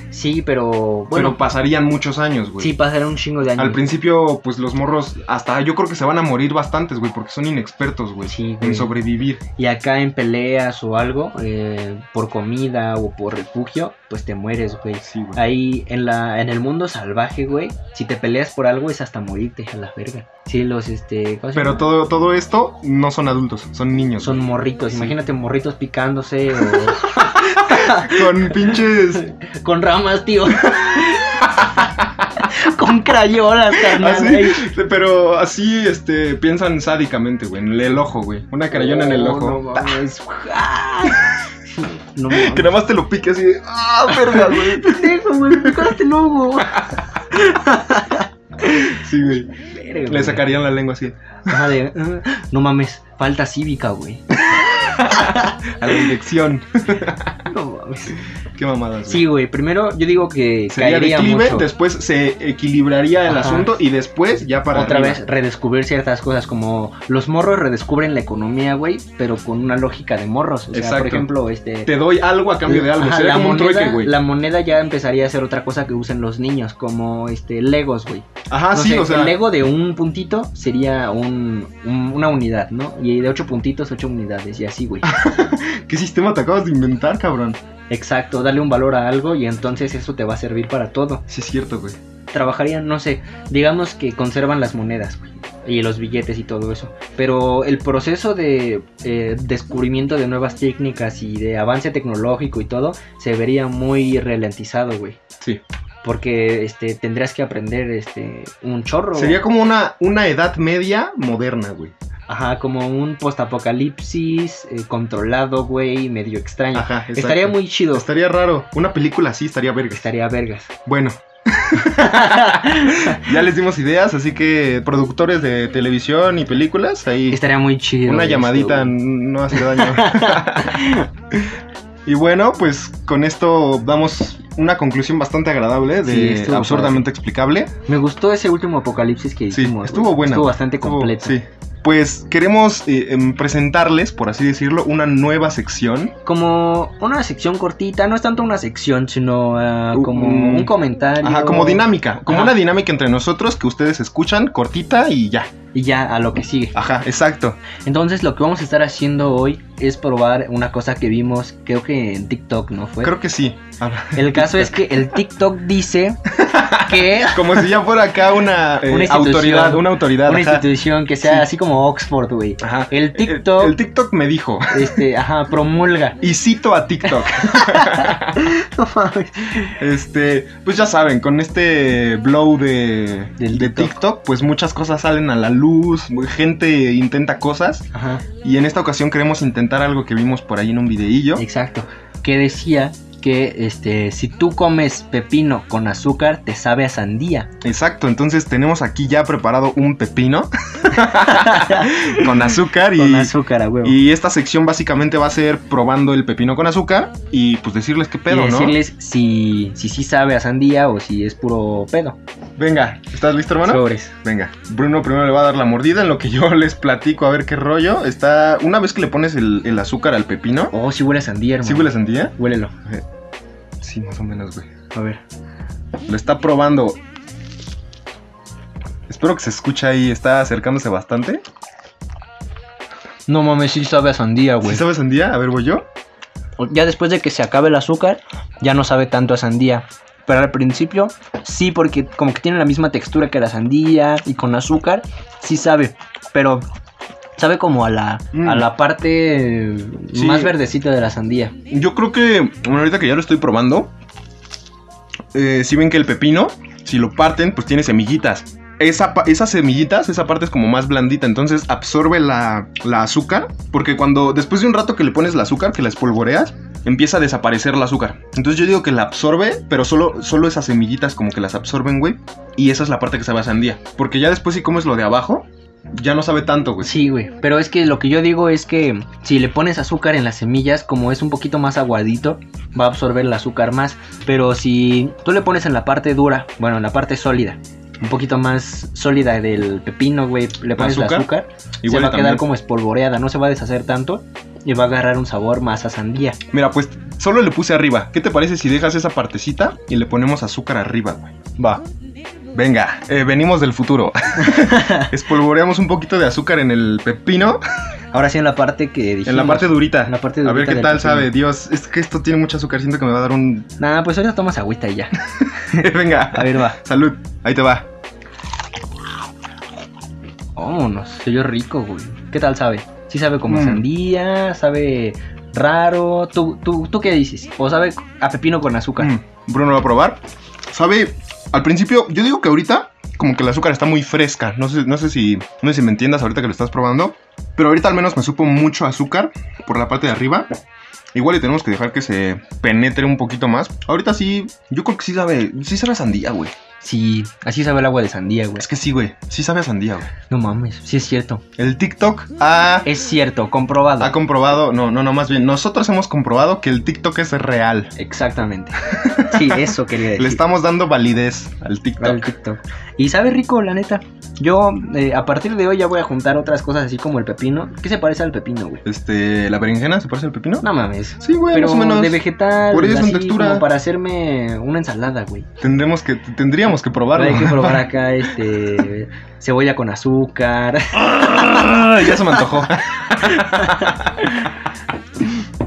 B: Sí, pero.
A: Bueno,
B: Bueno,
A: pasarían muchos años, güey.
B: sí, pasará un chingo de años.
A: pues, Al principio, pues los morros, hasta yo creo que se van a morir bastantes, güey, porque son inexpertos, güey,
B: Sí, güey.
A: en sobrevivir.
B: Y acá en peleas o algo, eh, por comida o por refugio, pues te mueres, güey.
A: Sí, güey.
B: Ahí en la en el mundo salvaje, güey, si te peleas por algo es hasta morirte a la verga. Sí, los este, ¿cómo se
A: Pero
B: llama?
A: todo, todo esto no son adultos, son niños.
B: son
A: güey.
B: morritos,
A: Sí.
B: imagínate morritos picándose o (laughs)
A: Con pinches.
B: con ramas, tío. (laughs) con crayolas, carnal.
A: así, pero así, este, piensan sádicamente, güey, en el ojo, güey. Una crayona en el
B: Oh,
A: ojo.
B: No mames. Ah. (laughs) No mames.
A: Que nada más te lo pique así de, ¡Ah, verga,
B: (laughs)
A: güey!
B: Pendejo, güey, me picaste el ojo.
A: Sí, güey.
B: Verga,
A: Le
B: güey.
A: sacarían la lengua así.
B: Ajá, de, "Ah, no mames, falta cívica, güey.
A: A la dirección.
B: No mames.
A: (laughs) Qué mamadas, güey.
B: Sí, güey, primero yo digo que
A: Sería
B: caería
A: declive,
B: mucho.
A: después se equilibraría el
B: Ajá.
A: asunto y después ya para
B: Otra
A: arriba.
B: vez redescubrir ciertas cosas, como los morros redescubren la economía, güey, pero con una lógica de morros. O sea,
A: Exacto.
B: por ejemplo, este.
A: Te doy algo a cambio de algo.
B: Ajá,
A: Sería
B: la
A: como un
B: moneda-
A: trueque, güey.
B: La moneda ya empezaría a ser otra cosa que usen los niños, como este Legos, güey.
A: Ajá,
B: No
A: Ah, sí,
B: sé,
A: o sea.
B: El Lego de un puntito sería un, un- una unidad, ¿no? Y de ocho puntitos, ocho unidades,
A: (laughs)
B: y así, güey.
A: ¿Qué sistema te acabas de inventar, cabrón?
B: Exacto, dale un valor a algo y entonces eso te va a servir para todo.
A: Sí, es cierto, güey.
B: trabajarían, no sé, digamos que conservan las monedas, güey. y los billetes y todo eso. Pero el proceso de eh, descubrimiento de nuevas técnicas y de avance tecnológico y todo se vería muy ralentizado, güey.
A: Sí.
B: Porque este, tendrías que aprender este, un chorro.
A: Sería como una, una edad media moderna, güey.
B: Ajá, como un postapocalipsis eh, controlado, güey, medio extraño.
A: Ajá, exacto.
B: Estaría muy chido.
A: Estaría raro. Una película así estaría verga.
B: Estaría
A: (laughs)
B: vergas.
A: Bueno, ya les dimos ideas, así que productores de televisión y películas, ahí
B: Estaría muy chido.
A: una
B: esto,
A: llamadita
B: güey.
A: no hace
B: (laughs)
A: daño. y bueno, pues con esto damos una conclusión bastante agradable de
B: Sí, estuvo
A: absurdamente explicable.
B: Me gustó ese último apocalipsis que
A: Sí,
B: hicimos. güey.
A: estuvo buena.
B: Estuvo bastante
A: Estuvo-
B: completo.
A: sí. Pues queremos eh, em, presentarles, por así decirlo, una nueva sección.
B: Como una sección cortita, no es tanto una sección, sino ah,
A: Uh,
B: como
A: mm.
B: un comentario.
A: Ajá, como dinámica, como
B: Ajá.
A: una dinámica entre nosotros que ustedes escuchan, cortita y ya.
B: Y ya a lo que sigue.
A: Ajá, exacto.
B: Entonces lo que vamos a estar haciendo hoy es probar una cosa que vimos, creo que en TikTok, ¿no fue?
A: Creo que sí. Ajá.
B: El caso es que el TikTok
A: (laughs)
B: dice que
A: Como si ya fuera acá una, eh,
B: (laughs) Una institución.
A: autoridad, una autoridad.
B: una
A: ajá.
B: institución que sea
A: Sí.
B: así como Oxford, güey.
A: Ajá.
B: El TikTok,
A: El, el TikTok me dijo. (laughs)
B: este, ajá, promulga.
A: Y cito a TikTok.
B: No mames.
A: este, pues ya saben, con este blow de,
B: Del
A: de
B: TikTok.
A: TikTok, pues muchas cosas salen a la luz, gente intenta cosas.
B: Ajá,
A: Y en esta ocasión queremos intentar algo que vimos por ahí en un videillo.
B: exacto. Que decía que este, si tú comes pepino con azúcar, te sabe a sandía.
A: Exacto, entonces tenemos aquí ya preparado un
B: (laughs)
A: pepino con azúcar y...
B: Con azúcar, a huevo. Y,
A: Y esta sección básicamente va a ser probando el pepino con azúcar y pues decirles qué pedo, ¿no?
B: decirles si si sí sabe a sandía o si es puro pedo.
A: Venga, ¿estás listo, hermano?
B: Sobres.
A: Venga, Bruno primero le va a dar la mordida en lo que yo (laughs) les platico a ver qué rollo. Está, una vez que le pones el, el azúcar al pepino,
B: Oh, si huele a sandía, hermano.
A: ¿sí huele a sandía?
B: Huélelo.
A: Sí, más o menos, güey.
B: A ver.
A: Lo está probando. Espero que se escuche ahí, está acercándose bastante.
B: No mames, sí sabe a sandía,
A: ¿Sí sabe sandía? A ver, voy yo.
B: Ya después de que se acabe el azúcar, ya no sabe tanto a sandía. Pero al principio, sí, porque como que tiene la misma textura que la sandía y con azúcar, sí sabe. Pero sabe como a la,
A: Mm.
B: a la parte eh,
A: Sí.
B: más verdecita de la sandía.
A: Yo creo que, bueno, ahorita que ya lo estoy probando, eh, si ven que el pepino, si lo parten, pues tiene semillitas. Esa, pa- esas semillitas, esa parte es como más blandita, entonces absorbe la, la azúcar, porque cuando, después de un rato que le pones el azúcar, que la espolvoreas, empieza a desaparecer el azúcar. Entonces yo digo que la absorbe, pero solo, solo esas semillitas como que las absorben, güey, y esa es la parte que sabe a sandía. Porque ya después si comes lo de abajo, ya no sabe tanto, güey.
B: Sí, güey. Pero es que lo que yo digo es que si le pones azúcar en las semillas, como es un poquito más aguadito, va a absorber el azúcar más. Pero si tú le pones en la parte dura, bueno, en la parte sólida, un poquito más sólida del pepino, güey, le pones
A: ¿Azúcar?
B: el azúcar,
A: Igual
B: se va a
A: también.
B: quedar como espolvoreada, no se va a deshacer tanto y va a agarrar un sabor más a sandía.
A: Mira, pues solo le puse arriba. ¿Qué te parece si dejas esa partecita y le ponemos azúcar arriba, güey?
B: Va.
A: Venga, eh, venimos del futuro. (laughs) Espolvoreamos un poquito de azúcar en el pepino,
B: Ahora sí en la parte que dijimos.
A: en la parte durita.
B: En la parte
A: a ver
B: durita
A: qué
B: del
A: tal
B: pepino.
A: sabe, Dios. Es que esto tiene mucho azúcar, siento que me va a dar un... (laughs)
B: Nah, pues ahorita tomas agüita y ya.
A: Venga,
B: A
A: (laughs)
B: ver, va.
A: salud, ahí te va.
B: Vámonos, se oyó rico, güey. ¿Qué tal sabe? Sí sabe como a
A: Mm.
B: sandía, sabe raro. ¿Tú, tú, ¿Tú qué dices? ¿O sabe a pepino con azúcar?
A: Mm, Bruno va a probar. Sabe, al principio, yo digo que ahorita como que el azúcar está muy fresca. No sé, no sé si, no sé si me entiendas ahorita que lo estás probando. Pero ahorita al menos me supo mucho azúcar por la parte de arriba. Igual y tenemos que dejar que se penetre un poquito más. Ahorita sí, yo creo que sí sabe, sí sabe a sandía, güey.
B: Sí, así sabe el agua de sandía, güey.
A: Es que sí, güey, sí sabe a sandía, güey.
B: No mames, sí es cierto.
A: El TikTok ha,
B: Es cierto, comprobado.
A: ha comprobado, no, no, no, más bien, nosotros hemos comprobado que el TikTok es real. (laughs)
B: Exactamente. Sí, eso quería decir.
A: Le estamos dando validez al TikTok.
B: Al TikTok. Y sabe rico, la neta. Yo, eh, a partir de hoy, ya voy a juntar otras cosas así como el pepino. ¿Qué se parece al pepino, güey?
A: Este, ¿la berenjena se parece al pepino?
B: No mames.
A: Sí, güey,
B: Pero
A: más o menos.
B: de vegetal,
A: por ello es
B: así
A: en textura.
B: como para hacerme una ensalada, güey.
A: Tendremos que, tendríamos que probarlo.
B: Hay que
A: (laughs)
B: probar acá este cebolla con azúcar.
A: Ah, ya se me antojó.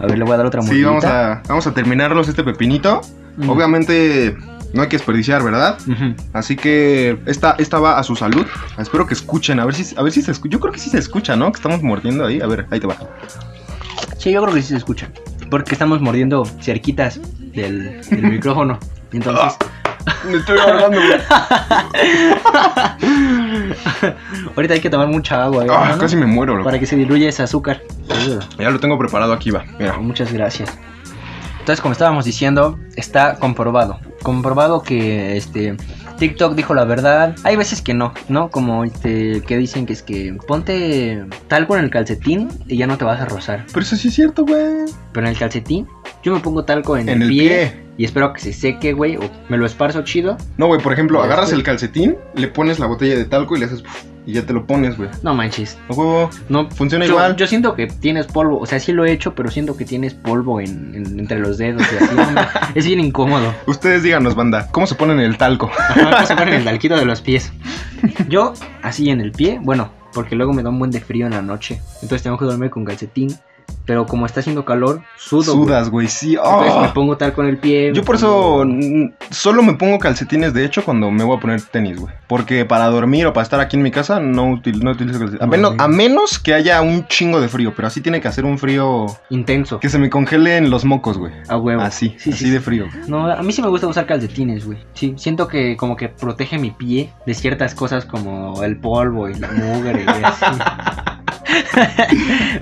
B: A ver, le voy a dar otra mordida.
A: sí, vamos a, vamos a terminarlos este pepinito.
B: Mm.
A: Obviamente, no hay que desperdiciar, ¿verdad?
B: Ujú.
A: Así que esta, esta va a su salud. Espero que escuchen. A ver si, a ver si se escucha. Yo creo que sí se escucha, ¿no? Que estamos mordiendo ahí. A ver, ahí te va.
B: Sí, yo creo que sí se escucha. Porque estamos mordiendo cerquitas del, del micrófono. Entonces, (laughs)
A: Me estoy ahogando, güey.
B: ahorita hay que tomar mucha agua, ¿eh,
A: Ah,
B: hermano?
A: casi me muero, loco.
B: Para que se diluya ese azúcar.
A: Ya lo tengo preparado aquí, va. Mira.
B: Muchas gracias. Entonces, como estábamos diciendo, está comprobado. Comprobado que este TikTok dijo la verdad. Hay veces que no, ¿no? Como este, que dicen que es que ponte talco en el calcetín y ya no te vas a rozar.
A: Pero eso sí es cierto, güey.
B: Pero en el calcetín, yo me pongo talco en,
A: En
B: el,
A: el
B: pie,
A: pie.
B: y espero que se seque, güey. O me lo esparzo chido.
A: No, güey, por ejemplo,
B: Ya
A: agarras
B: estoy.
A: el calcetín, le pones la botella de talco y le haces. puf, Y ya te lo pones, güey.
B: No manches.
A: A huevo.
B: No.
A: Funciona
B: Yo,
A: igual.
B: yo siento que tienes polvo, o sea, sí lo he hecho, pero siento que tienes polvo en, en- entre los dedos y así. no me- es bien incómodo.
A: Ustedes díganos, banda, ¿cómo se ponen el talco?
B: Ajá, que se ponen el talquito de los pies. Yo, así en el pie, bueno, porque luego me da un buen de frío en la noche. Entonces tengo que dormir con calcetín. Pero como está haciendo calor, sudo. güey.
A: Sudas, güey, sí.
B: Entonces
A: ¡Oh!
B: me pongo tal con el pie.
A: Yo
B: me
A: por eso
B: pongo-
A: mm, solo me pongo calcetines, de hecho, cuando me voy a poner tenis, güey. Porque para dormir o para estar aquí en mi casa no, util- no utilizo calcetines. A
B: No,
A: menos,
B: güey.
A: a menos que haya un chingo de frío, pero así tiene que hacer un frío
B: Intenso.
A: que se me congelen los mocos, güey.
B: A huevo.
A: Así,
B: Sí, sí,
A: así
B: sí.
A: de frío.
B: No, a mí sí me gusta usar calcetines, güey. Sí, siento que como que protege mi pie de ciertas cosas como el polvo y la mugre
A: (laughs)
B: y así.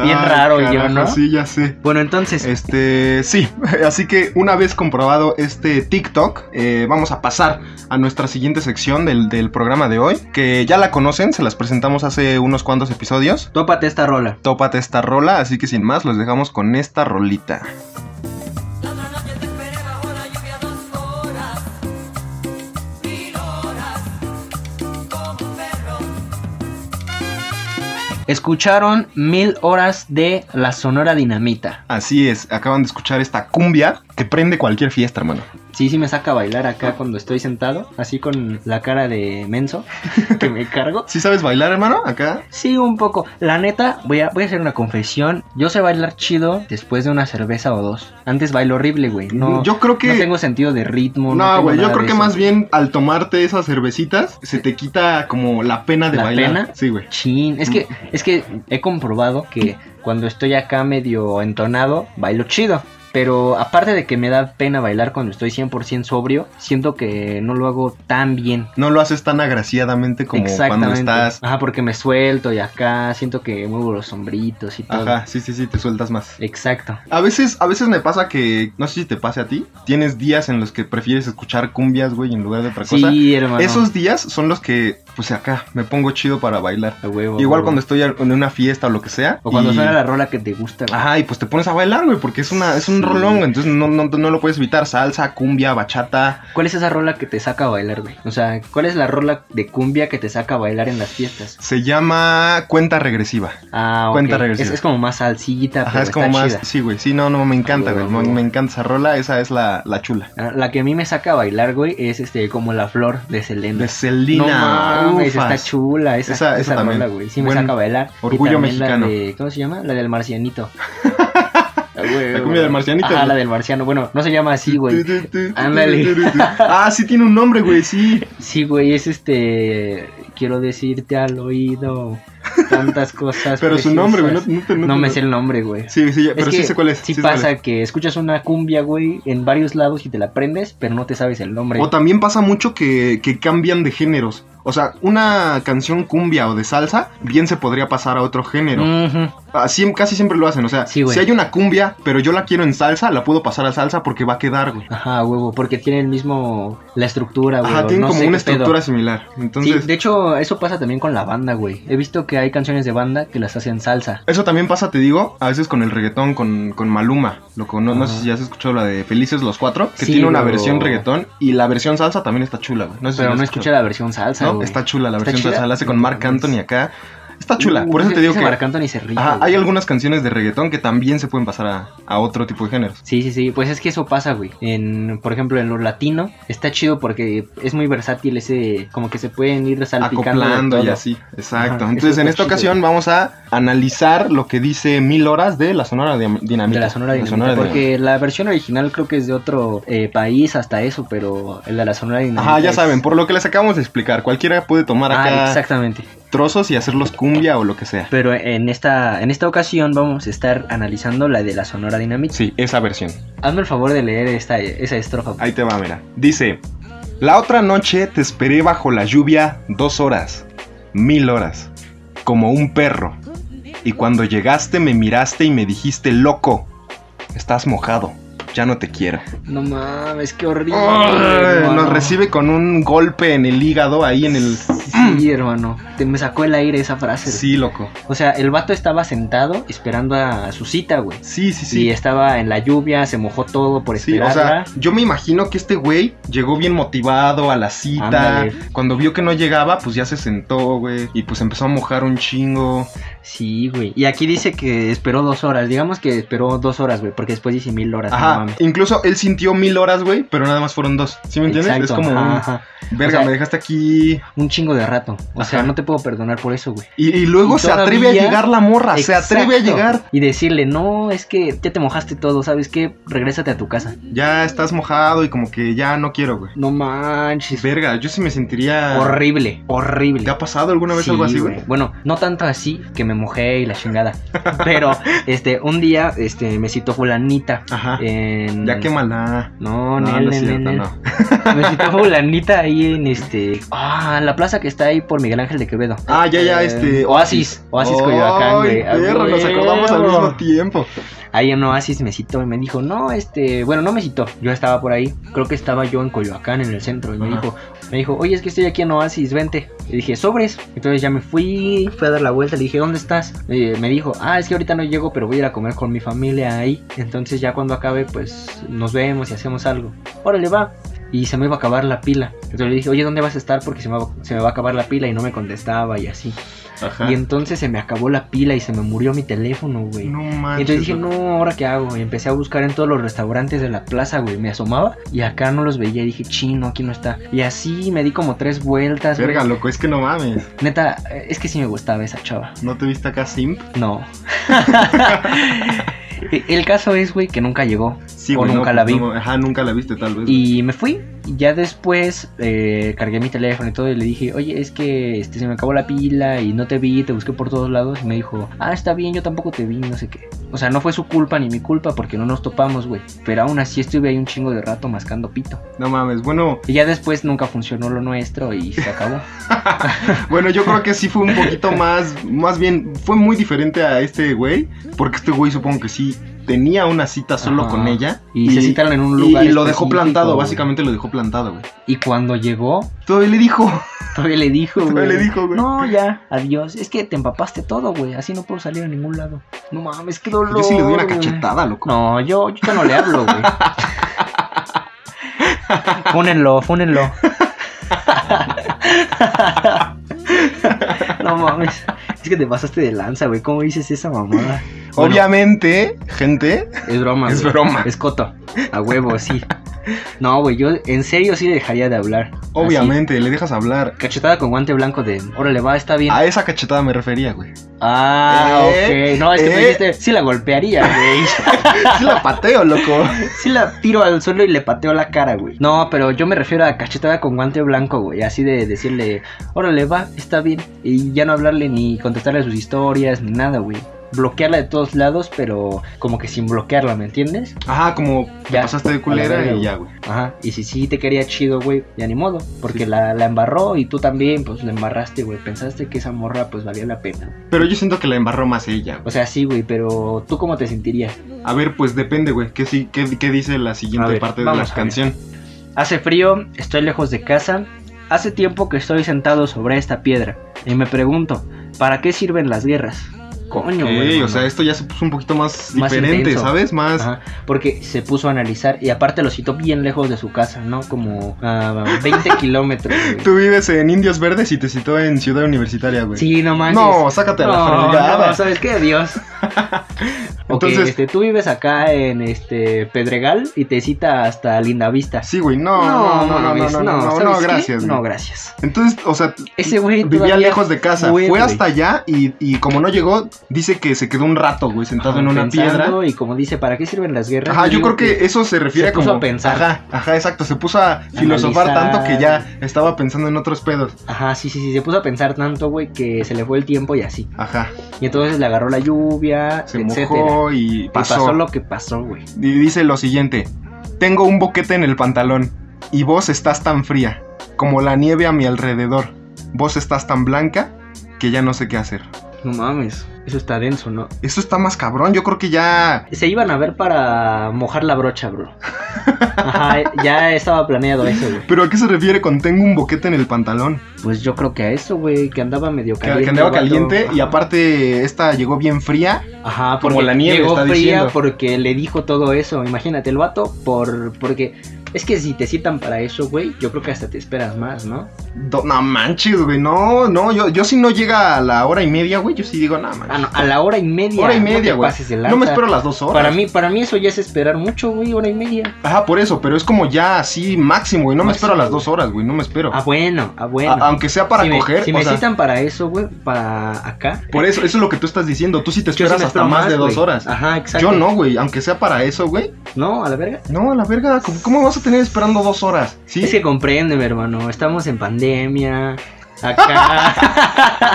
B: Bien
A: Ay,
B: raro yo,
A: Ah, carajo,
B: ¿no?
A: Sí, ya sé.
B: Bueno, entonces,
A: Este, sí, (laughs) así que una vez comprobado este TikTok, eh, vamos a pasar a nuestra siguiente sección del, del programa de hoy, que ya la conocen, se las presentamos hace unos cuantos episodios.
B: tópate esta rola.
A: Tópate esta rola, así que sin más, los dejamos con esta rolita.
C: La otra noche te esperé bajo la lluvia dos horas, mil horas, como un perro.
B: Escucharon mil horas de la Sonora Dinamita.
A: Así es, acaban de escuchar esta cumbia que prende cualquier fiesta, hermano.
B: Sí, sí me saca a bailar
A: Ah.
B: acá cuando estoy sentado, así con la cara de menso (laughs) que me cargo.
A: ¿Sí sabes bailar, hermano? Acá.
B: Sí, un poco. La neta, voy a, voy a hacer una confesión. Yo sé bailar chido después de una cerveza o dos. Antes bailo horrible, güey. No,
A: yo creo que...
B: no tengo sentido de ritmo.
A: No,
B: tengo
A: güey, yo
B: nada
A: creo
B: de
A: que
B: eso.
A: más bien al tomarte esas cervecitas se te quita como la pena de
B: ¿La
A: bailar.
B: pena?
A: Sí, güey.
B: Chin, es que, es que he comprobado que cuando estoy acá medio entonado, bailo chido. Pero aparte de que me da pena bailar cuando estoy 100% sobrio, siento que no lo hago tan bien.
A: No lo haces tan agraciadamente como cuando
B: Exactamente.
A: estás.
B: Ajá, porque me suelto y acá siento que muevo los sombritos y todo.
A: Ajá, sí, sí, sí, te sueltas más.
B: Exacto.
A: A veces, a veces me pasa que, no sé si te pase a ti, tienes días en los que prefieres escuchar cumbias, güey, en lugar de otra cosa.
B: Sí, hermano.
A: Esos días son los que, pues acá, me pongo chido para bailar.
B: A huevo, a
A: Igual
B: huevo.
A: cuando estoy en una fiesta o lo que sea.
B: Oh, O cuando
A: y-
B: suena la rola que te gusta. güey.
A: Ajá, y pues te pones a bailar, güey, porque es una es un
B: Sí.
A: rolón, güey, entonces no, no, no lo puedes evitar. Salsa, cumbia, bachata.
B: ¿Cuál es esa rola que te saca a bailar, güey? O sea, ¿cuál es la rola de cumbia que te saca a bailar en las fiestas?
A: Se llama cuenta regresiva.
B: Ah, ok.
A: Cuenta regresiva.
B: Es, es como más salsita,
A: Ajá,
B: pero
A: es como
B: está
A: más.
B: chida.
A: Sí, güey, sí, no, no, me encanta,
B: Ah,
A: güey.
B: güey,
A: Me,
B: güey.
A: me encanta esa rola, esa es la, la chula.
B: Ah, La que a mí me saca a bailar, güey, es este como la flor de Selena.
A: De
B: no
A: Selena.
B: mames,
A: ufas.
B: está chula esa,
A: Esa-
B: esa,
A: esa también.
B: rola, güey. Sí me
A: Buen
B: saca a bailar. Y
A: orgullo
B: también la
A: mexicano.
B: de- ¿Cómo se llama? La del marcianito.
A: (laughs) La cumbia del marcianito,
B: Ah,
A: güey.
B: la del marciano. Bueno, no se llama así, güey.
A: Tu, tu, tu, tu,
B: Ándale.
A: tu, tu, tu. Ah, sí tiene un nombre, güey,
B: (laughs)
A: sí.
B: Sí, güey, es este. Quiero decirte al oído
A: (laughs)
B: tantas cosas.
A: Pero su nombre, güey, no,
B: preciosas.
A: te-
B: No me sé el nombre, güey.
A: Sí, sí, ya-
B: Es
A: pero
B: que
A: sí sé cuál es.
B: Sí,
A: sé cuál
B: pasa
A: es.
B: que escuchas una cumbia, güey, en varios lados y te la aprendes, pero no te sabes el nombre.
A: O también pasa mucho que, que cambian de géneros. O sea, una canción cumbia o de salsa, bien se podría pasar a otro género.
B: Ujú.
A: Así casi siempre lo hacen. O sea,
B: Mm. Sí, güey.
A: si hay una cumbia, pero yo la quiero en salsa, la puedo pasar a salsa porque va a quedar, güey.
B: Ajá, huevo, porque tiene el mismo. La estructura, Ah, güey.
A: Ajá,
B: o
A: tienen
B: no
A: como
B: sé
A: una
B: qué pedo.
A: estructura similar. Entonces,
B: Sí, de hecho, eso pasa también con la banda, güey. He visto que hay canciones de banda que las hacen salsa.
A: Eso también pasa, te digo, a veces con el reggaetón, con, con Maluma. Loco, no, no sé
B: Ajá.
A: si ya has escuchado la de Felices los Cuatro, que
B: Sí,
A: tiene una
B: bro.
A: versión reggaetón y la versión salsa también está chula, güey. No sé si
B: Pero
A: la
B: no
A: has
B: escuché la versión salsa,
A: escuchado.
B: güey.
A: No, está chula la
B: ¿Está
A: versión
B: chida?
A: salsa, la hace con
B: No
A: Marc
B: mames.
A: Anthony acá. Está chula, por eso te digo que...
B: Marc Anthony se ríe.
A: Ajá,
B: güey.
A: hay algunas canciones de reggaetón que también se pueden pasar a, a otro tipo de géneros.
B: Sí, sí, sí, pues es que eso pasa, güey. En, por ejemplo, en lo latino está chido porque es muy versátil ese, como que se pueden ir salpicando. de
A: Acoplando y
B: todo.
A: así, exacto.
B: Ajá,
A: Entonces
B: eso
A: en
B: está
A: esta
B: chido.
A: ocasión vamos a analizar lo que dice Mil Horas de la Sonora Dinam- Dinamita.
B: De la Sonora Dinamita,
A: Dinamita.
B: porque la versión original creo que es de otro eh, país hasta eso, pero el de la Sonora Dinamita.
A: Ajá, ya
B: es-
A: saben, por lo que les acabamos de explicar, cualquiera puede tomar
B: Ah,
A: acá
B: exactamente.
A: trozos y hacerlos cumbia o lo que sea.
B: Pero en esta, en esta ocasión vamos a estar analizando la de la Sonora Dinamita.
A: Sí, esa versión.
B: Hazme el favor de leer esta, esa estrofa.
A: Ahí te va, mira. Dice, la otra noche te esperé bajo la lluvia dos horas, mil horas, como un perro. Y cuando llegaste me miraste y me dijiste, loco, estás mojado, ya no te quiero.
B: No mames, qué horrible.
A: Ay,
B: hermano.
A: Nos recibe con un golpe en el hígado, ahí en el...
B: Sí, hermano. Te, me sacó el aire esa frase.
A: Sí, loco.
B: O sea, el vato estaba sentado esperando a su cita, güey.
A: Sí, sí,
B: Y
A: sí.
B: estaba en la lluvia, se mojó todo por
A: Sí, o sea,
B: esperarla.
A: yo me imagino que este güey llegó bien motivado a la cita.
B: Ándale.
A: Cuando vio que no llegaba, pues ya se sentó, güey. Y pues empezó a mojar un chingo.
B: Sí, güey. Y aquí dice que esperó dos horas. Digamos que esperó dos horas, güey, porque después dice mil horas. Ah, no
A: Ajá.
B: mames.
A: Incluso él sintió mil horas, güey, pero nada más fueron dos. ¿Sí me entiendes?
B: Exacto,
A: es como,
B: ajá,
A: un,
B: ajá.
A: verga,
B: O sea,
A: me dejaste aquí.
B: un chingo de rato. O sea,
A: Ajá.
B: no te puedo perdonar por eso, güey.
A: Y, y luego
B: y
A: se atreve a
B: todavía-
A: llegar la morra, Ah, se atreve a
B: Exacto.
A: llegar.
B: Y decirle, no, es que ya te mojaste todo, ¿sabes qué? Regrésate a tu casa.
A: Ya estás mojado y como que ya no quiero, güey.
B: No manches.
A: Verga, yo sí me sentiría.
B: Horrible, horrible.
A: ¿Te ha pasado alguna vez
B: Sí,
A: algo así, güey?
B: Bueno, no tanto así que me mojé y
A: (laughs)
B: la chingada. Pero, este, un día, este, me citó fulanita.
A: Ajá.
B: En...
A: Ya qué mala.
B: No,
A: No,
B: no,
A: no, es cierto, no.
B: Me citó fulanita ahí en este. Ah, la plaza que está ahí por Miguel Ángel de Quevedo.
A: Ah, ya, ya,
B: Eh,
A: este.
B: Oasis. Oasis Coyoacán, güey.
A: Ay, perro,
B: Ah,
A: nos acordamos al
B: huevo.
A: mismo tiempo.
B: Ahí en Oasis me citó y me dijo, no, este, bueno, no me citó, yo estaba por ahí, creo que estaba yo en Coyoacán, en el centro, y me
A: Ajá.
B: dijo, me dijo, oye, es que estoy aquí en Oasis, vente. Le dije, sobres. Entonces ya me fui, fui a dar la vuelta, le dije, ¿dónde estás? Eh, me dijo, ah, es que ahorita no llego, pero voy a ir a comer con mi familia ahí. Entonces ya cuando acabe, pues nos vemos y hacemos algo. Órale, va. Y se me iba a acabar la pila. Entonces le dije, oye, ¿dónde vas a estar? Porque se me va, se me va a acabar la pila y no me contestaba y así.
A: Ajá.
B: Y entonces se me acabó la pila y se me murió mi teléfono, güey.
A: No
B: Y
A: manches.
B: entonces dije,
A: loco.
B: no, ¿ahora qué hago? Y empecé a buscar en todos los restaurantes de la plaza, güey. Me asomaba y acá no los veía. Y dije, chino, aquí no está. Y así me di como tres vueltas, güey.
A: Verga, loco, es que no mames.
B: Neta, eh, es que sí me gustaba esa chava.
A: ¿No te viste acá simp? (laughs)
B: No. (laughs) El caso es, güey, que nunca llegó.
A: Sí,
B: O
A: güey,
B: nunca
A: no,
B: la vi.
A: no, ajá, nunca la viste tal vez.
B: Y me fui. Y ya después eh, cargué mi teléfono y todo. Y le dije, oye, es que este, se me acabó la pila y no te vi. Te busqué por todos lados. Y me dijo, ah, está bien, yo tampoco te vi, no sé qué. O sea, no fue su culpa ni mi culpa porque no nos topamos, güey. Pero aún así estuve ahí un chingo de rato mascando pito.
A: No mames, bueno,
B: Y ya después nunca funcionó lo nuestro y se acabó.
A: bueno, yo creo que sí fue un poquito más, más bien, fue muy diferente a este güey, porque este güey supongo que sí tenía una cita solo
B: Ajá.
A: con ella.
B: Y se citaron en
A: (laughs)
B: un
A: y
B: lugar
A: lo dejó
B: específico,
A: plantado,
B: güey.
A: básicamente lo dejó plantado, güey.
B: Y cuando llegó,
A: Todavía le dijo,
B: todavía le dijo, güey.
A: todavía le dijo, güey.
B: No, ya, adiós. Es que te empapaste todo, güey. Así no puedo salir a ningún lado. No mames, qué dolor.
A: yo sí le doy una
B: güey.
A: cachetada, loco.
B: No, yo, yo ya no le hablo, (laughs) güey. fúnenlo, fúnenlo. no mames. Es que te pasaste de lanza, güey. ¿Cómo dices esa mamada? Bueno, ¿Ah,
A: Obviamente, gente,
B: Es broma.
A: es
B: güey.
A: broma.
B: Es coto. A huevo, sí. No, güey, yo en serio sí dejaría de hablar.
A: Obviamente, le dejas hablar.
B: Así, cachetada con guante blanco de, órale, va, está bien.
A: A esa cachetada me refería, güey.
B: Ah,
A: Eh,
B: ok. No, es que tú
A: eh.
B: dijiste, sí la golpearía, güey.
A: Sí la pateo, loco.
B: sí la tiro al suelo y le pateo la cara, güey. No, pero yo me refiero a cachetada con guante blanco, güey. Así de decirle, órale, va, está bien. Y ya no hablarle ni contestarle sus historias, ni nada, güey. Bloquearla de todos lados, pero como que sin bloquearla, ¿me entiendes?
A: Ajá, como te
B: Ya,
A: pasaste de
B: a la
A: culera
B: verga,
A: y ya, güey.
B: Ajá, y si sí te quería chido, güey, ya ni modo, porque la, la embarró y tú también, pues la embarraste, güey, pensaste que esa morra pues valía la pena.
A: Pero yo siento que la embarró más ella,
B: O sea, sí, güey, pero ¿tú cómo te sentirías?
A: A ver, pues depende, güey. ¿Qué, sí, qué, qué dice la siguiente
B: A ver,
A: parte de la
B: vamos a ver.
A: canción?
B: Hace frío, estoy lejos de casa, hace tiempo que estoy sentado sobre esta piedra, y me pregunto, ¿para qué sirven las guerras? coño,
A: Ok,
B: güey,
A: o
B: mano.
A: sea, esto ya se puso un poquito más,
B: Más
A: diferente,
B: intenso.
A: ¿sabes? Más.
B: Ajá, porque se puso a analizar y aparte lo citó bien lejos de su casa, ¿no? Como a
A: (laughs)
B: 20 kilómetros. güey.
A: Tú vives en Indios Verdes y te citó en Ciudad Universitaria, güey.
B: Sí, no manches.
A: No, sácate a la
B: No,
A: fregada.
B: no, ¿sabes qué? Dios.
A: (laughs)
B: Ok,
A: Entonces-
B: este, tú vives acá en este Pedregal y te cita hasta Lindavista.
A: Sí, güey, no, no, no, no, no,
B: mames,
A: no, no, no,
B: ¿sabes qué?
A: gracias. güey.
B: No, gracias.
A: Entonces, o sea,
B: Ese güey
A: vivía
B: todavía
A: lejos de casa.
B: fue,
A: Fue,
B: güey.
A: hasta allá y, y como no llegó, dice que se quedó un rato, güey, sentado en una
B: pensando
A: piedra.
B: Y como dice, ¿para qué sirven las guerras?
A: Ajá, yo creo
B: digo
A: que eso se refiere
B: se puso
A: como
B: a pensar.
A: Ajá, ajá, exacto, se puso a filosofar
B: Analizar.
A: tanto que ya estaba pensando en otros pedos.
B: Ajá, sí, sí, sí. Se puso a pensar tanto, güey, que se le fue el tiempo y así.
A: Ajá,
B: Y entonces le agarró la lluvia,
A: se
B: etcétera.
A: mojó y
B: Y
A: pasó.
B: pasó lo que pasó, güey.
A: Y dice lo siguiente: Tengo un boquete en el pantalón y vos estás tan fría como la nieve a mi alrededor. Vos estás tan blanca que ya no sé qué hacer.
B: No mames, eso está denso, ¿no?
A: Eso está más cabrón, yo creo que ya
B: Se iban a ver para mojar la brocha,
A: (laughs)
B: bro. Ajá, ya estaba planeado eso, güey.
A: ¿Pero a qué se refiere con tengo un boquete en el pantalón?
B: Pues yo creo que a eso, güey, que andaba medio
A: Que,
B: caliente.
A: que andaba
B: el vato.
A: caliente y aparte esta llegó bien fría.
B: Ajá,
A: como
B: porque
A: la nieve,
B: llegó
A: está
B: fría
A: diciendo.
B: porque le dijo todo eso. Imagínate, el vato, por, porque es que si te citan para eso, güey, yo creo que hasta te esperas más, ¿no?
A: Do- no manches, güey, no, no, yo, yo si no llega a la hora y media, güey, yo sí digo, no manches.
B: Ah, no, a la hora y media.
A: hora y
B: no te
A: media, güey.
B: pases de
A: No,
B: lanza.
A: me espero las dos horas.
B: Para mí, para mí eso ya es esperar mucho, güey, hora y media.
A: Ajá, por eso, pero es como ya así máximo, güey. No me
B: Máximo,
A: espero las
B: güey.
A: dos horas, güey. No me espero.
B: Ah, bueno, ah, bueno.
A: A- aunque sea para
B: si me-
A: coger,
B: si
A: o
B: me
A: sea,
B: citan para eso, güey, para acá.
A: por eso, eso es lo que tú estás diciendo. Tú sí te
B: Yo sí
A: esperas
B: me
A: hasta
B: espero
A: más, de dos
B: güey.
A: horas.
B: Ajá, exacto.
A: Yo no, güey. Aunque sea para eso, güey.
B: No, a la verga.
A: No, a la verga. ¿Cómo, cómo vas a tener esperando dos horas? Sí.
B: Es que compréndeme, hermano. Estamos en pandemia.
A: (laughs)
B: Acá.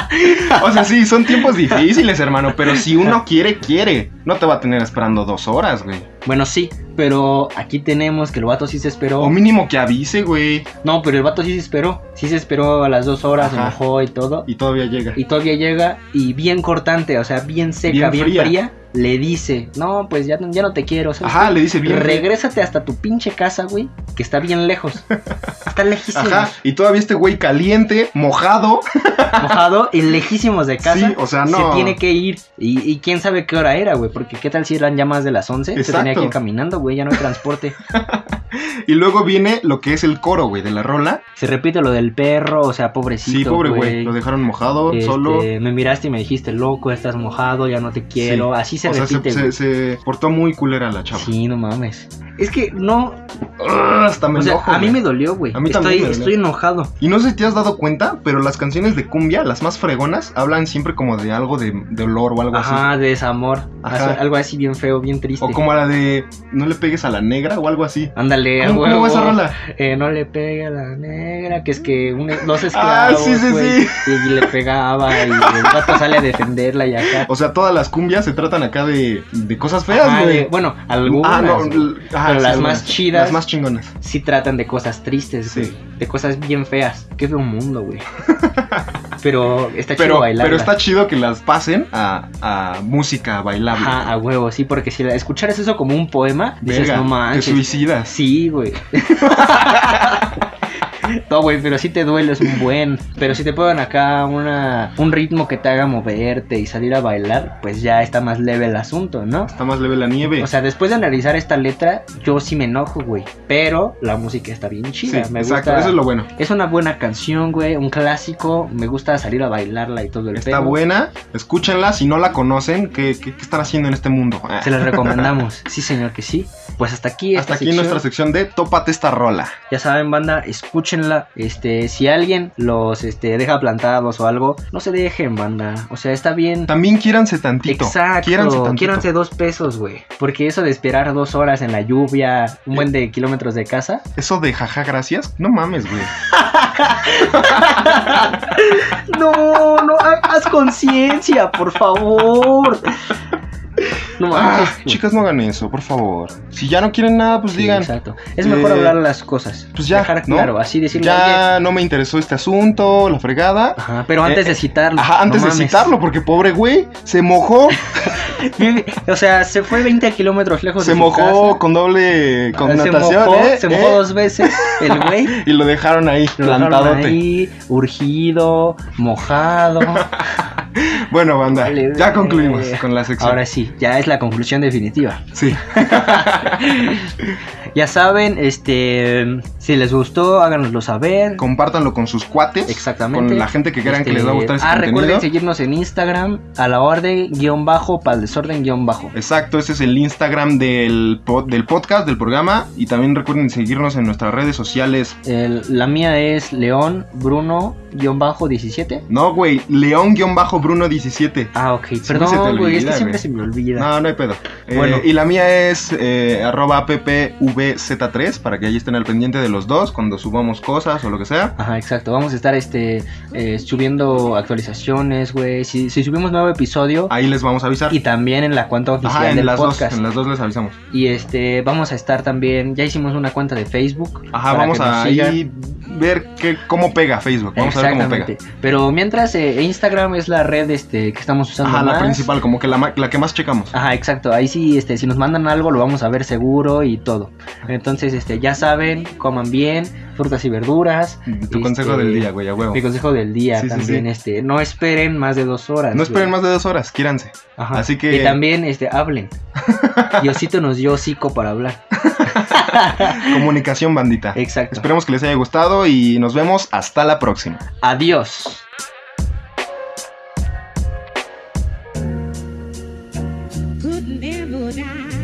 A: O sea, sí, son tiempos difíciles, hermano. Pero si uno quiere, quiere. No te va a tener esperando dos horas, güey.
B: bueno, sí, pero aquí tenemos que el vato sí se esperó.
A: O mínimo que avise, güey.
B: No, pero el vato sí se esperó. Sí se esperó a las dos horas, se
A: Ajá.
B: mojó y todo.
A: Y todavía llega.
B: Y todavía llega y bien cortante, o sea, bien seca,
A: Bien
B: bien,
A: fría.
B: fría. le dice, no, pues ya, ya no te quiero. ¿sabes
A: Ajá, le dice
B: qué?
A: bien.
B: Regrésate hasta tu pinche casa, güey, que está
A: (laughs)
B: bien lejos. Está lejísimo.
A: Ajá. Y todavía este güey caliente, mojado.
B: mojado y lejísimos de casa.
A: Sí, o sea, no.
B: Se tiene que ir. Y, y quién sabe qué hora era, güey. Porque qué tal si eran ya más de las 11. Se tenía
A: Exacto.
B: que ir caminando, güey. Ya no hay transporte.
A: Y luego viene lo que es el coro, güey, de la rola.
B: se repite lo del perro. O sea, pobrecito.
A: Sí, pobre güey. Lo dejaron mojado,
B: Este,
A: solo.
B: Me miraste y me dijiste, loco, estás mojado, ya no te quiero. Así se
A: o sea,
B: repite,
A: se,
B: güey.
A: se- se portó muy culera la chava.
B: Sí, no mames. Es que no.
A: Urgh, hasta me
B: o sea,
A: enojo,
B: a mí
A: güey.
B: me dolió, güey.
A: A mí
B: estoy,
A: también me dolió.
B: estoy enojado.
A: Y no sé si te has dado cuenta, pero las canciones de cumbia, las más fregonas, hablan siempre como de algo de, de olor o algo así.
B: Ajá, de desamor.
A: Ajá.
B: Algo así bien feo, bien triste.
A: O como la de no le pegues a la negra o algo así.
B: Ándale, a
A: ¿Cómo, cómo
B: huevo.
A: va esa rola?
B: Eh, no le pega a la negra, que es que un, dos
A: (laughs)
B: esclavos,
A: Ah, sí, sí,
B: güey, y le pegaba y el vato sale a defenderla y acá.
A: (laughs) O sea, todas las cumbias se tratan acá de, de cosas feas,
B: Ajá, de-
A: güey.
B: bueno, algunas
A: ah, no,
B: güey,
A: l- ajá,
B: Pero
A: sí,
B: las
A: algunas.
B: más chidas.
A: Las más chingonas.
B: sí tratan de cosas tristes, güey,
A: Sí.
B: de cosas bien feas. Qué feo
A: (laughs)
B: mundo, güey. Pero está chido
A: Pero,
B: bailar.
A: pero está chido que las pasen a, a música bailable.
B: Ajá, a huevo, sí, porque si la- escucharas eso como un poema, dices,
A: Verga,
B: no
A: te
B: manches.
A: suicidas. (laughs)
B: Sí, güey. No, güey, pero sí te duele, es un buen. Pero si te ponen acá una, un ritmo que te haga moverte y salir a bailar, pues ya está más leve el asunto, ¿no?
A: Está más leve la nieve.
B: O sea, después de analizar esta letra, yo sí me enojo, güey. Pero la música está bien
A: Sí,
B: chida, me
A: exacto,
B: gusta.
A: eso es lo bueno.
B: Es una buena canción, güey, un clásico. Me gusta salir a bailarla y todo el
A: Está
B: pedo.
A: buena, escúchenla, si no la conocen, ¿qué, qué, qué están haciendo en este mundo? Ah.
B: Se las
A: (laughs)
B: recomendamos. sí, señor, que sí. Pues hasta aquí esta
A: Hasta aquí
B: sección.
A: nuestra sección de Tópate esta rola.
B: Ya saben, banda, escúchenla. Este, si alguien los este, deja plantados o algo, no se dejen, banda. O sea, está bien.
A: También quiéranse tantito.
B: Exacto,
A: Quiéranse tantito.
B: quiéranse dos pesos, güey. Porque eso de esperar dos horas en la lluvia, un buen de kilómetros de casa.
A: Eso de jaja, gracias. No mames, güey.
B: No, no, ha- haz conciencia, por favor. No
A: Ah,
B: manches. güey.
A: chicas, no hagan eso, por favor. Si ya no quieren nada, pues
B: pues. Sí,
A: digan.
B: Exacto. Es mejor
A: eh,
B: hablar las cosas.
A: pues ya,
B: Dejar
A: ¿no?
B: claro, así decirle. "Oye".
A: Ya no me interesó este asunto, la fregada.
B: Ajá, pero antes
A: Eh,
B: de citarlo.
A: Ajá, antes
B: no
A: de
B: mames. (laughs)
A: citarlo, porque pobre güey, se mojó,
B: Bien, O sea, se fue 20 kilómetros lejos
A: se
B: de su
A: mojó
B: casa.
A: con doble con
B: se
A: natación,
B: mojó,
A: ¿eh?
B: se mojó
A: ¿eh?
B: dos veces el güey.
A: (laughs) Y lo dejaron ahí,
B: Lo dejaron
A: plantadote. (laughs)
B: ahí, urgido, mojado.
A: Bueno, banda,
B: Vale,
A: ya
B: vale.
A: concluimos con la sección.
B: Ahora sí, ya es la conclusión definitiva.
A: sí.
B: Ya saben, este, si les gustó, háganoslo saber.
A: Compártanlo con sus cuates.
B: Exactamente.
A: Con la gente que crean
B: Este,
A: que les va a gustar este
B: Ah,
A: contenido.
B: recuerden seguirnos en Instagram, a la orden, guión bajo, para el desorden, guión bajo.
A: Exacto, ese es el Instagram del, pod- del podcast, del programa. Y también recuerden seguirnos en nuestras redes sociales.
B: El- la mía es León Bruno, guión bajo, 17.
A: No, güey, León-Bruno17.
B: Ah, ok,
A: te
B: perdón, güey, es que
A: olvida,
B: siempre
A: güey.
B: se me olvida.
A: No, no hay pedo. Eh,
B: Bueno.
A: y la mía es eh, arroba ppvz3 para que ahí estén al pendiente de los dos cuando subamos cosas o lo que sea.
B: Ajá, exacto. Vamos a estar este eh, subiendo actualizaciones, güey. Si, si subimos nuevo episodio
A: Ahí les vamos a avisar.
B: y también en la cuenta oficial
A: Ah. Ajá, en
B: del
A: las
B: podcast.
A: dos, en las dos les avisamos.
B: Y este vamos a estar también, ya hicimos una cuenta de Facebook.
A: Ajá,
B: para
A: vamos
B: que nos
A: a
B: sigan.
A: ahí ver qué, cómo pega Facebook. Vamos a ver cómo pega.
B: Exactamente. Pero mientras eh, Instagram es la red este que estamos usando
A: Ajá, la
B: más. Ah,
A: principal, como que la, ma- la que más checamos.
B: Ajá, exacto. Ahí sí, este, si nos mandan algo, lo vamos a ver seguro y todo. Entonces, este, ya saben, coman bien, frutas y verduras.
A: Tu
B: Este,
A: consejo del día, güey, a huevo.
B: Mi consejo del día
A: Sí, sí,
B: también,
A: sí.
B: este, no esperen más de dos horas.
A: No esperen
B: güey.
A: más de dos horas, quiéranse.
B: Ajá.
A: Así que-
B: Y también, este,
A: (laughs)
B: hablen. Diosito nos dio hocico para hablar.
A: Comunicación bandita.
B: Exacto.
A: Esperemos que les haya gustado y nos vemos hasta la próxima.
B: Adiós.
D: could never die.